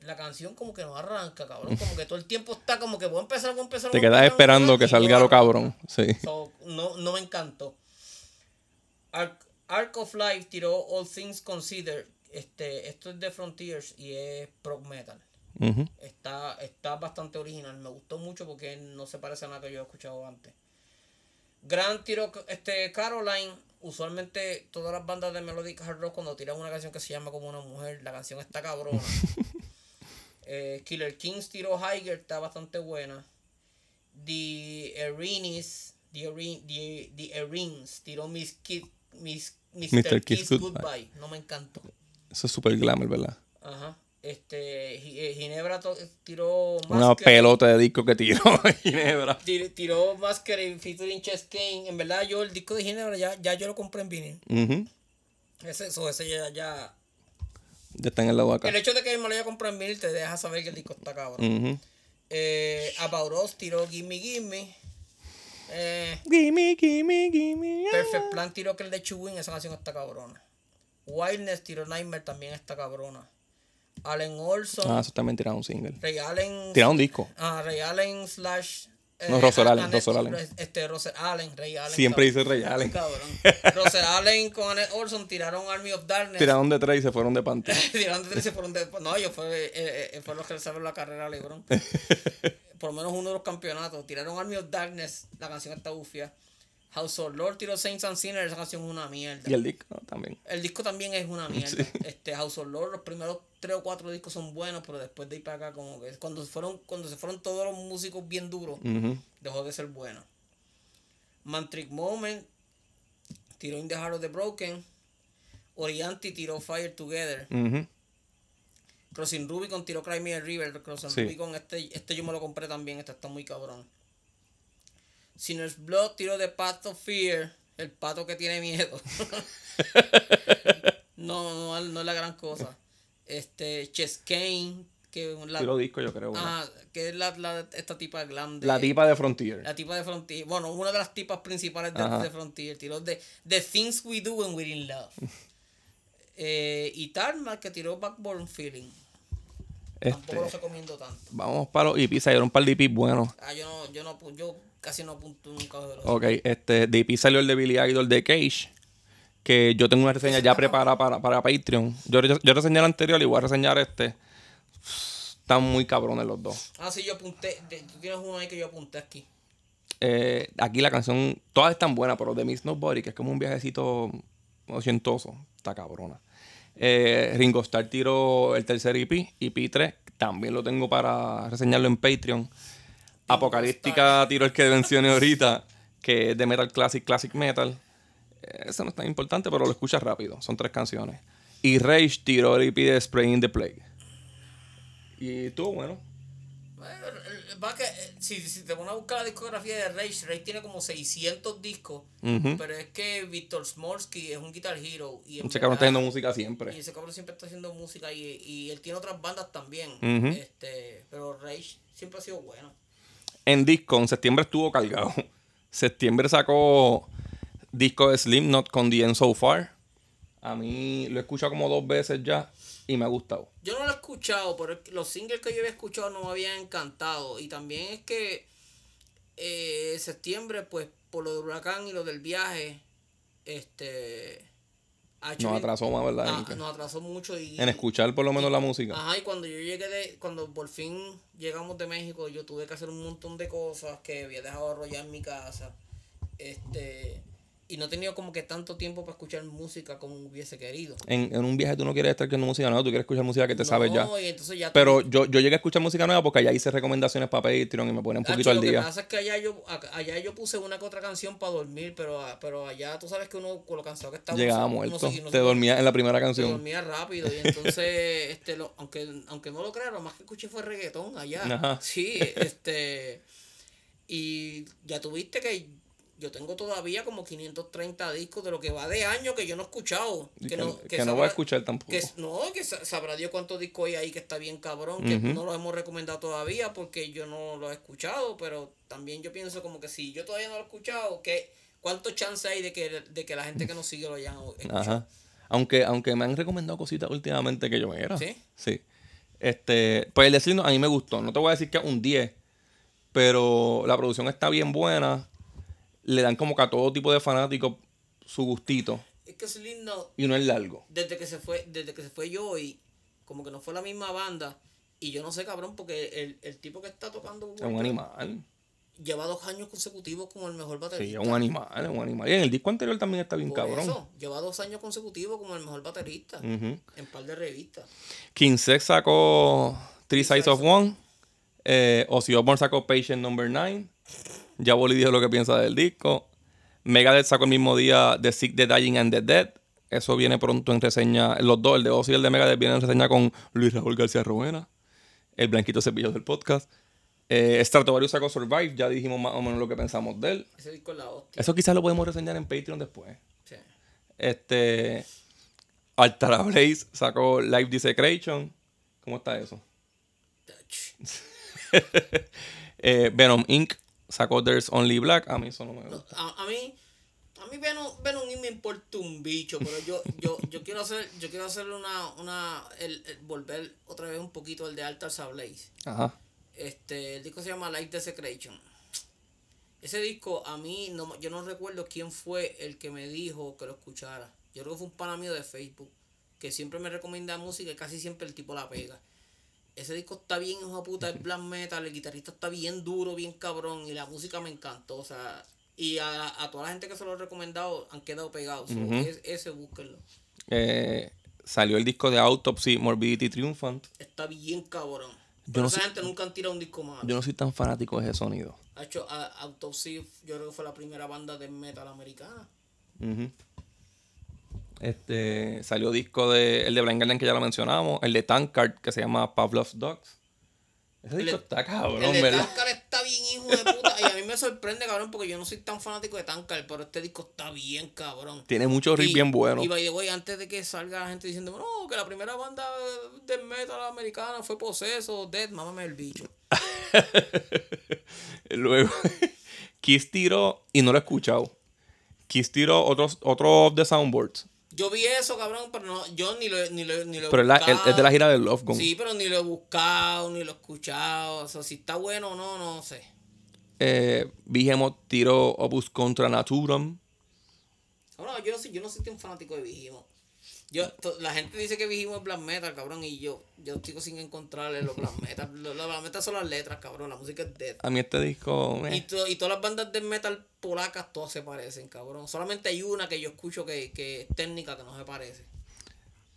La canción como que no arranca, cabrón. Como que todo el tiempo está como que voy a empezar, voy a empezar.
Te
voy a
quedas
empezar, voy a
esperando que
empezar, y
salga
no
lo cabrón. Sí.
So, no, no me encantó. Arc, Arc of Life tiró All Things Considered. Este, esto es de Frontiers y es prog metal.
Ujú.
Está, está bastante original. Me gustó mucho porque no se parece a nada que yo he escuchado antes. Gran tiro este Caroline. Usualmente todas las bandas de Melodic Hard Rock cuando tiran una canción que se llama como una mujer, la canción está
[LAUGHS]
cabrona. Eh, Killer Kings tiró Higher, está bastante buena. The Erinis, The, Erin, the, the Erins tiró Miss Kid, Miss, Mr.
Mr.
Kiss,
Kiss
Goodbye.
Goodbye.
No me encantó.
Eso es super glamour, ¿verdad?
Ajá. Este, Gi- eh, Ginebra to- tiró
Una
Masquerade.
pelota de disco que tiró [LAUGHS] Ginebra.
Tir- tiró Masquerade featuring Chess Kane. En verdad, yo el disco de Ginebra ya, ya yo lo compré en vinil.
Ujú.
Ese, eso, ese ya, ya.
Ya está en el lado de acá.
El hecho de que me lo haya comprado en vinil te deja saber que el disco está cabrón.
Ujú.
Eh, About Us tiró Gimme Gimme. Eh,
Gimme, gimme, gimme. ah.
Perfect Plan tiró que el de Chewin, esa canción está cabrona. Wildness tiró Nightmare, también está cabrona. Allen Olson,
Ah, eso también tiraron un single.
Ray Allen.
Tiraron un disco.
Ah, Ray Allen slash. eh,
No, Russell Allen,
Annette-
Russell Allen.
Este, Russell Allen, Ray Allen.
Siempre
cabrón.
dice Ray Allen.
Cabrón. Russell Allen con Annette Olson tiraron Army of Darkness.
Tiraron de tres y se fueron de panty.
[LAUGHS] Tiraron de 13 por un de- pues No, ellos fue, eh, eh, fue los que le salvaron la carrera
[LAUGHS]
a LeBron. por lo menos uno de los campeonatos. Tiraron Army of Darkness, la canción está bufia. House of Lord tiró Saints and Sinners, esa canción es una mierda.
Y el disco no, también.
El disco también es una mierda. Este House of Lords, los primeros tres o cuatro discos son buenos, pero después de ir para acá, como que cuando se fueron, cuando se fueron todos los músicos bien duros, dejó de ser bueno. Mantric Moment tiró In the Heart of the Broken. Orianti tiró Fire Together.
Ujú.
Crossing Rubicon tiró Cry Me a River. Crossing
Sí.
Rubicon, este, este yo me lo compré también. Este está muy cabrón. Sinner's Blood tiró The Path of Fear. El pato que
[LAUGHS]
tiene miedo. no, no, no es la gran cosa. Este, Chess Kane, que, es la,
Tiró disco, yo creo. ¿verdad?
ah, que es la, la- esta tipa glam de-
La tipa de Frontier.
la tipa de Frontier. Bueno, una de las tipas principales de,
Ajá.
de Frontier. Tiró de The Things We Do When We're
[LAUGHS]
in Love. Eh, y Tarmac que tiró Backborn Feeling. Tampoco lo
Este,
recomiendo tanto.
vamos para los EPs. Salieron un par de EPs buenos.
Ah, yo no, yo no, pu- yo casi no apunto nunca de los.
Ok, este, de EP salió el de Billy Idol de Cage. Que yo tengo una reseña ya preparada para, para Patreon. Yo, yo, yo reseñé el anterior y voy a reseñar este. Están muy cabrones los dos.
Ah, sí, yo apunté. de- tú tienes uno ahí que yo apunté aquí.
Eh, aquí la canción, todas están buenas, pero The Miss Nobody, que es como un viajecito ocientoso, está cabrona. Eh, Ringo Starr tiró el tercer E EP, EP3, también lo tengo para reseñarlo en Patreon. Apocalíptica tiró el que mencioné ahorita, que es de Metal Classic, Classic Metal. Eh, Eso no es tan importante, pero lo escuchas rápido, son tres canciones. Y Rage tiró el EP de Spraying the Plague. Y estuvo bueno.
Bueno, el- el- Va que, eh, si, si te pones a buscar la discografía de Rage, Rage tiene como 600 discos. Pero es que Víctor Smolsky es un guitar hero. Y en
Ese cabrón está haciendo
verdad-
música
Y
siempre.
ese cabrón siempre está haciendo música y, y él tiene otras bandas también.
Ujú.
este, pero Rage siempre ha sido bueno.
en disco, en septiembre estuvo cargado. [LAUGHS] Septiembre sacó disco de Slim Not con The End So Far. A mí lo he escuchado como dos veces ya y me ha gustado.
Yo no lo he escuchado, pero es que los singles que yo había escuchado no me habían encantado. Y también es que eh, septiembre, pues por lo del huracán y lo del viaje, este. ha hecho
Nos
bien-
atrasó más, ¿verdad?
Ah,
En que-
nos atrasó mucho y.
En escuchar por lo menos la música.
Ajá, y cuando yo llegué de, cuando por fin llegamos de México, yo tuve que hacer un montón de cosas que había dejado arrollar en mi casa. Este, y no he tenido como que tanto tiempo para escuchar música como hubiese querido.
En, en un viaje tú no quieres estar escuchando música nueva, tú quieres escuchar música que te sabes ya.
No, y entonces ya
Pero yo, yo llegué a escuchar música nueva porque allá hice recomendaciones para Patreon y me ponen un
Hacho,
poquito al
lo
día.
que pasa es que allá yo, acá- allá yo puse una que otra canción para dormir, pero, a- pero allá tú sabes que uno con lo cansado que está uno
Llegaba
se- uno
muerto.
se- uno
Te
se-
dormía en la primera
se
canción.
dormía rápido y entonces [LAUGHS] este lo- aunque aunque no lo crean lo más que escuché fue reggaetón allá
Ajá.
sí este y ya tuviste que yo tengo todavía como 530 discos de lo que va de año que yo no he escuchado
Y que- que no voy a escuchar tampoco.
que, no que sa- sabrá Dios cuántos discos hay ahí que está bien cabrón que no los hemos recomendado todavía porque yo no los he escuchado pero también yo pienso como que si yo todavía no lo he escuchado que cuántos chances hay de que de que la gente que nos sigue lo haya escuchado
Ajá. Aunque, aunque me han recomendado cositas últimamente que yo era.
¿Sí?
Sí. Este, pues el de Slipknot a mí me gustó. No te voy a decir que es un 10, pero la producción está bien buena. Le dan como que a todo tipo de fanáticos su gustito
es que Slipknot
y no es largo.
desde que se fue, desde que se fue yo y como que no fue la misma banda. Y yo no sé, cabrón, porque el, el tipo que está tocando
Es un animal.
lleva dos años consecutivos como el mejor
Sí, es
baterista.
un animal, es un animal. Y en el disco anterior también está bien
Por
cabrón.
eso, lleva dos años consecutivos como el mejor baterista. En par de revistas.
King Sex sacó Three Sides of One. Eh, Ozzy Osbourne sacó Patient Number 9. Ya Bolly dijo lo que piensa del disco. Megadeth sacó el mismo día The Sick, The Dying and The Dead. Eso viene pronto en reseña. Los dos, el de Ozzy y el de Megadeth, vienen en reseña con Luis Raúl García Ruena. El blanquito cepillo del podcast. Eh, Stratovarius sacó Survive. Ya dijimos más o menos lo que pensamos de él.
Ese disco es la hostia.
Eso quizás lo podemos reseñar en Patreon después.
Sí.
Este. Altara Blaze sacó Live Desecration. ¿Cómo está eso? [LAUGHS]
Ach.
Eh, Venom Inc. sacó There's Only Black. A mí eso no me gusta.
A, a mí, a mí Venom, Venom y me importa un bicho, pero yo, yo, yo quiero hacer, yo quiero hacer una, una, el- el- volver otra vez un poquito al de Altar Sablaze.
Ajá.
Este, el disco se llama Light Desecration. Ese disco a mí, no, me- yo no recuerdo quién fue el que me dijo que lo escuchara. Yo creo que fue un pana mío de Facebook, que siempre me recomienda música y casi siempre el tipo la pega. Ese disco está bien, hijo de puta, es black metal, el guitarrista está bien duro, bien cabrón, y la música me encantó, o sea... Y a, a toda la gente que se lo he recomendado han quedado pegados. so, es- ese búsquenlo.
Eh, salió el disco de Autopsy, Morbidity Triumphant.
Está bien cabrón.
Yo
Pero
no
esa
sé-
gente nunca han tirado un disco malo.
Yo no soy tan fanático de ese sonido.
Ha hecho a- Autopsy, yo creo que fue la primera banda de metal americana.
Ujú. Este. Salió disco de. El de Blind Guardian que ya lo mencionamos. El de Tankard que se llama Pavlov's Dogs. Ese
El
disco
de-
está cabrón,
el de
¿verdad?
Tankard está bien hijo de puta y a mí me sorprende cabrón porque yo no soy tan fanático de Tankard, pero este disco está bien cabrón.
Tiene muchos riffs
Y-
bien buenos.
Y by the way, antes de que salga la gente diciendo, no, que la primera banda de metal americana fue Poseso, Dead, mámame el bicho.
Luego, [LAUGHS] Kiss tiró, y no lo he escuchado, Kiss tiró otros, otros de Soundboards.
Yo vi eso, cabrón, pero no, yo ni lo, ni lo, ni lo he
Pero es, la-
buscado.
es de la gira del Love Gun.
Sí, pero ni lo he buscado, ni lo he escuchado. O sea, si está bueno o no, no sé.
Eh, Vigemo tiró Opus Contra Naturam.
Cabrón, yo no soy, yo no soy tan fanático de Vigimo. Yo, to- la gente dice que Vigimo es black metal, cabrón, y yo, yo sigo sin encontrarle los black metal. [LAUGHS] Los, los black metal son las letras, cabrón, la música es dead.
A mí este disco... eh.
Y, to- y todas las bandas de metal polacas todas se parecen, cabrón. Solamente hay una que yo escucho que, que es técnica que no se parece.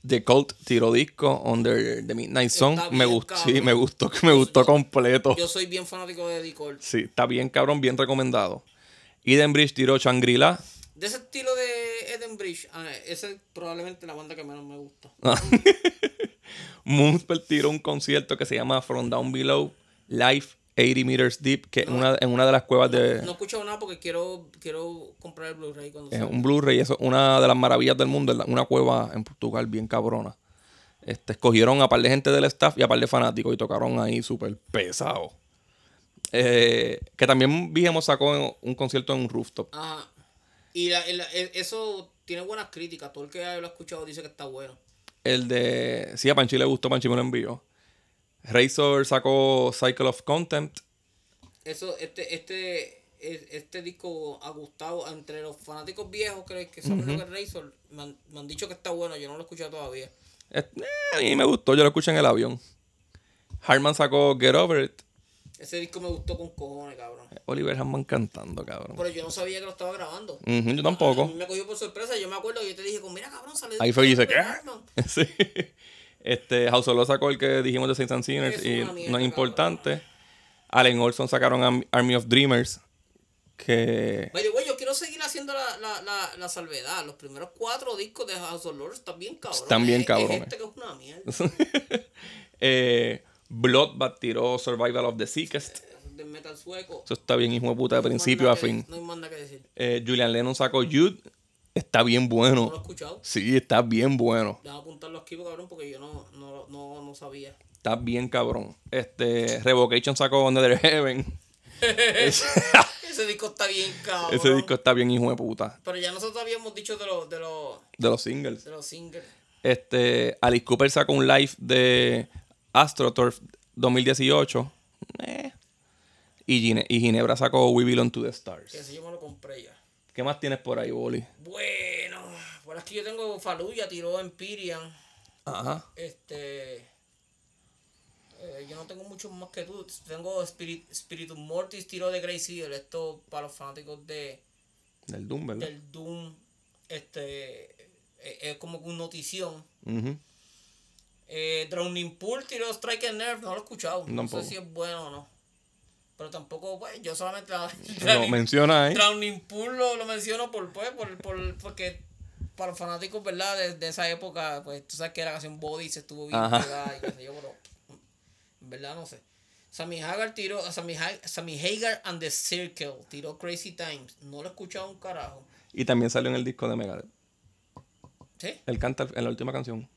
The Cult tiró disco Under the Midnight Song.
Está
me,
bien,
gustó,
cabrón.
sí, me gustó, [LAUGHS] me gustó completo.
Yo soy bien fanático de Dicor.
Sí, está bien cabrón, bien recomendado. Eden Bridge tiró Shangri-La.
De ese estilo de Edenbridge, ah, esa es probablemente la banda que menos me gusta.
[LAUGHS] Moonspell tiró un concierto que se llama From Down Below Live 80 Meters Deep, que en, una, en una de las cuevas de...
No he escuchado nada porque quiero, quiero comprar el Blu-ray cuando
Es
salga.
un Blu-ray, eso es una de las maravillas del mundo, la- una cueva en Portugal bien cabrona. Este, escogieron a par de gente del staff y a par de fanáticos y tocaron ahí súper pesado. Eh, que también Vigemo sacó un concierto en un rooftop.
Ajá. Y la- y la- e- eso tiene buenas críticas. Todo el que lo ha escuchado dice que está bueno.
El de... Sí, a Panchi le gustó, Panchi me lo envió. Razor sacó Cycle of Contempt.
eso, este, este, e- este disco ha gustado entre los fanáticos viejos que, que saben lo que es Razor. Me han, me han dicho que está bueno, yo no lo he escuchado todavía.
Es- eh, a mí me gustó, yo lo escuché en el avión. Harman sacó Get Over It.
Ese disco me gustó con cojones, cabrón.
Oliver Harman cantando, cabrón.
Pero yo no sabía que lo estaba grabando.
Ujú, yo
A
tampoco.
mí me cogió por sorpresa, yo me acuerdo que yo te dije, como, mira cabrón, sale
Ahí fue que dice,
Robert Hartman".
¿qué? [LAUGHS] sí. Este, House of Love sacó el que dijimos de Saints and Sinners
Es
y
una mierda,
no es importante. Allen Olson sacaron Am- Army of Dreamers, que... [LAUGHS]
By the way, yo quiero seguir haciendo la, la, la, la salvedad. Los primeros cuatro discos de House of Lords están bien cabrones.
Están bien
Es- es
cabrones.
Este que es una mierda.
eh, Bloodbath tiró Survival of the Sickest.
Del metal sueco.
Eso está bien, hijo de puta, de principio a
Manda que-
fin.
No hay manda que decir.
Eh, Julian Lennon sacó Jude. Está bien
No lo he
bueno.
escuchado.
Sí, está bien bueno.
Deja apuntarlo aquí, cabrón, porque yo no, no, no, no sabía. [LAUGHS]
Está bien cabrón. Este, Revocation sacó Under Heaven. ese, [LAUGHS]
Ese disco está bien cabrón.
ese disco está bien hijo de puta.
Pero ya nosotros habíamos dicho de los, de los,
De los singles.
de los singles.
Este, Alice Cooper sacó un live de AstroTurf 2018. Eh. Y, Gine- y Ginebra sacó We Belong to the
Que
Stars.
ese yo me lo compré ya.
¿Qué más tienes por ahí, Boli?
Bueno, por aquí yo tengo Faluya, tiró Empyrean.
Ajá.
Este. eh, yo no tengo mucho más que tú. Tengo Spirit, Spiritus Mortis, tiro de Grey Seal. Esto para los fanáticos de,
Del Doom, ¿verdad?
del Doom. Este. eh, Es como que un notición.
Ujú.
Eh, Drowning Pool tiró Strike and Nerve. No lo he escuchado. No
Tampoco.
sé si es bueno o no. Pero tampoco, pues, yo solamente. la- [LAUGHS]
Lo menciona, ¿eh?
Drowning Pool lo, lo menciono por, pues, por, por- porque para los fanáticos, ¿verdad? De, de esa época, pues tú sabes que la canción Body se estuvo bien
Ajá.
pegada y qué sé yo, pero en verdad no sé. Sammy Hagar tiró, Sammy, Ha- Sammy Hagar and the Circle tiró Crazy Times. No lo he escuchado un carajo.
Y también salió en el disco de Megadeth.
¿Sí?
Él canta en la última canción.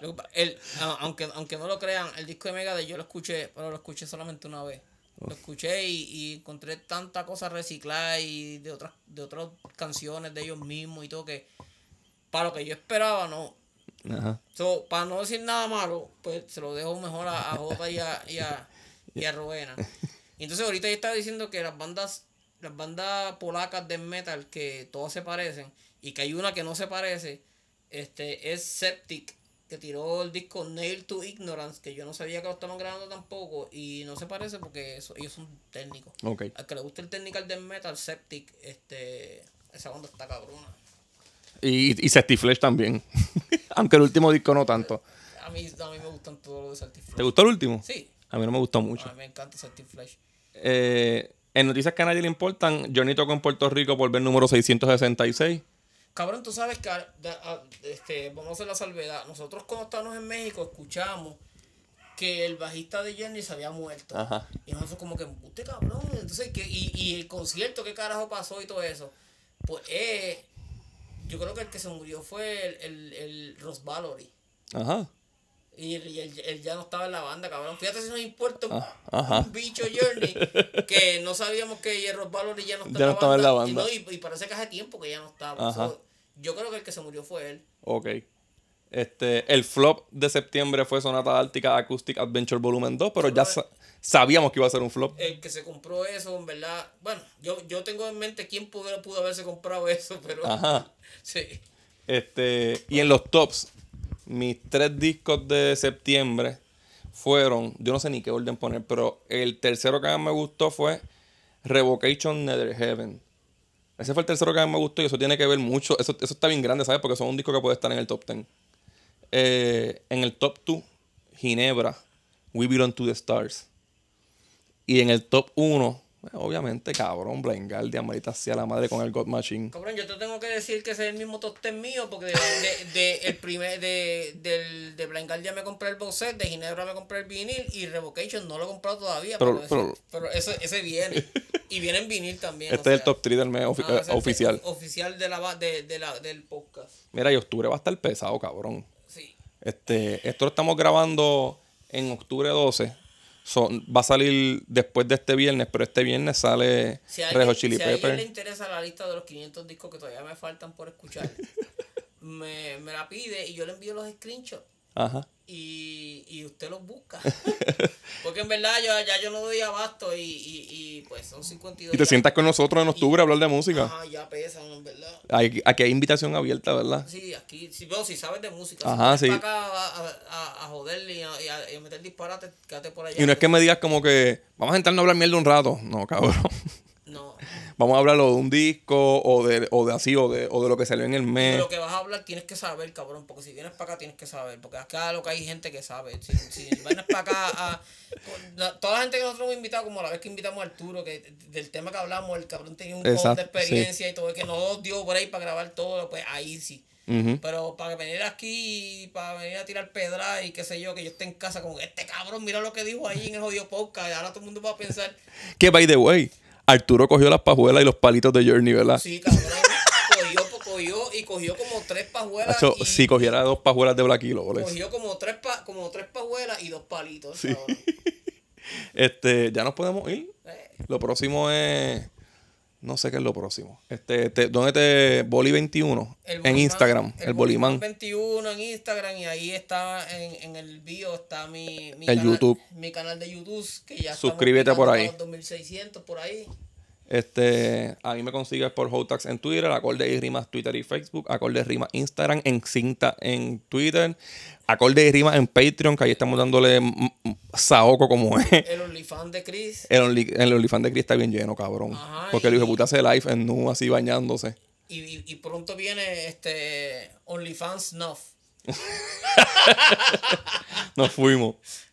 Lo que pa- el- a- aunque, aunque no lo crean, el disco de Megadeth yo lo escuché, pero lo escuché solamente una vez. Lo escuché y, y encontré tanta cosa reciclada y de otras, de otras canciones de ellos mismos y todo que para lo que yo esperaba, no.
Ajá.
So, para no decir nada malo, pues se lo dejo mejor a, a Jota y a, y a, y a Rowena. Y Entonces ahorita yo estaba diciendo que las bandas, las bandas polacas de metal que todas se parecen y que hay una que no se parece, este es Septic, que tiró el disco Nail to Ignorance, que yo no sabía que lo estaban grabando tampoco, y no se parece porque eso- ellos son técnicos.
Ok.
Al que le gusta el technical del metal, Septic, este, esa banda está cabrona.
Y, y Sexty Flesh también. [LAUGHS] Aunque el último disco no tanto.
A mí, a mí me gustan todos los de Certified.
¿Te gustó el último?
Sí.
A mí no me gustó mucho.
A mí me encanta Certain Flash.
Eh, en noticias que a nadie le importan, Johnny tocó en Puerto Rico por ver número 666.
Cabrón, tú sabes que a- da- a- este, vamos a hacer la salvedad. Nosotros cuando estábamos en México escuchamos que el bajista de Journey se había muerto.
Ajá.
Y nosotros como que, usted cabrón, entonces, ¿qué? Y, y el concierto, ¿qué carajo pasó y todo eso? Pues eh, yo creo que el que se murió fue el, el, el Ross Valory.
Ajá.
Y él, y él- él ya no estaba en la banda, cabrón. Fíjate si nos importa un,
Ah, ajá.
un bicho Journey que no sabíamos que Hierro Valory ya no estaba,
Ya no estaba en la banda.
Y, no, y- y parece que hace tiempo que ya no estaba.
Ajá.
So, yo creo que el que se murió fue él.
Ok. Este, el flop de septiembre fue Sonata Ártica Acoustic Adventure Volumen 2, pero ya sa- sabíamos que iba a ser un flop.
El que se compró eso, en verdad. Bueno, yo, yo tengo en mente quién pudo, pudo haberse comprado eso, pero.
Ajá.
[LAUGHS] Sí.
Este, y en los tops, mis tres discos de septiembre fueron, yo no sé ni qué orden poner, pero el tercero que más me gustó fue Revocation Nether Heaven. Ese fue el tercero que más me gustó y eso tiene que ver mucho, eso, eso está bien grande, ¿sabes? Porque son un disco que puede estar en el top 10. Eh, en el top 2, Ginebra, We Belong to the Stars. Y en el top 1, obviamente, cabrón, Blind Guardian, maldita sea la madre con el God Machine.
Cabrón, yo te tengo que decir que ese es el mismo top ten mío, porque de, de- de- el primer, de, del, de Blind Guardian me compré el box set, de Ginebra me compré el vinil y Revocation no lo he comprado todavía, pero,
Pero-
ese,
pero-
pero ese,
[LAUGHS]
ese viene. Y viene en vinil también.
Este
o
es el
sea.
top 3 del mes ofi-
Ah,
eh,
ese es
oficial.
el Oficial de la, ba- de, de la, del podcast.
Mira, y octubre va a estar pesado, cabrón.
Sí.
Este, esto lo estamos grabando en octubre 12. So, va a salir después de este viernes, pero este viernes sale
Si a,
Rejo
alguien,
Chili
si a alguien
Pepper.
le interesa la lista de los
[LAUGHS]
500 discos que todavía me faltan por escuchar, me, me la pide y yo le envío los screenshots.
Ajá.
y, y usted
[LAUGHS]
los busca. Porque en verdad yo, ya yo no doy abasto y, y, y, pues son 52.
Y te
ya.
sientas con nosotros en octubre a hablar de música.
Ajá, ya pesan, en verdad.
Hay- Aquí hay invitación abierta, ¿verdad?
Sí, aquí, si, bueno, si sabes de música,
Ajá,
si
sí.
vienes pa' acá a, a- a- a joderle y a, y a- y a meter disparates, quédate por allá.
Y no es que me digas como que vamos a sentarnos a hablar mierda un rato. No, cabrón. [LAUGHS]
No,
Vamos a hablar o de un disco o de, o de así o de, o de lo que salió en el
de
mes.
lo que vas a hablar tienes que saber, cabrón, porque si vienes para acá tienes que saber, porque acá lo que hay gente que sabe. Si, si vienes para acá, a, con la- toda la gente que nosotros hemos invitado, como la vez que invitamos a Arturo, que del tema que hablamos, el cabrón tenía un montón de
Exacto,
experiencia y todo, que no dio break para grabar todo, pues ahí sí. Pero para venir aquí, y para venir a tirar pedra y qué sé yo, que yo esté en casa con este cabrón, mira lo que dijo ahí en el jodido podcast, ahora todo el mundo va a pensar,
Que by the way, Arturo cogió las pajuelas y los palitos de Journey, ¿verdad?
sí, cabrón, cogió, cogió y cogió como tres pajuelas.
Hacho,
y-
si cogiera dos pajuelas de Black Hilo, Bolex.
Cogió como tres, pa, como tres pajuelas y dos palitos.
[LAUGHS]
cabrón.
Este, ya nos podemos ir.
Eh,
Lo próximo es. No sé qué es lo próximo. Este, te- ¿dónde te. Boli21
el
en
Bolimán-
Instagram. El, Bolimán.
21 en Instagram y ahí está en, en el bio está mi, mi
El YouTube.
Mi canal de YouTube que ya estamos
Suscríbete
picando
por
para
ahí.
los 2600 por ahí.
Este, a mí me consigues por Hotax en Twitter, Acorde y Rimas Twitter y Facebook, Acorde y Rimas Instagram, en Cinta en Twitter, Acorde y Rimas en Patreon, que ahí estamos dándole mm, mm, saoco como es.
El OnlyFans de Chris
El, only, el OnlyFans de Cris está bien lleno, cabrón.
Ajá,
porque el
y-
hijo de puta hace live en nu, así bañándose.
y, y, y pronto viene este OnlyFans Snuff.
Nos fuimos.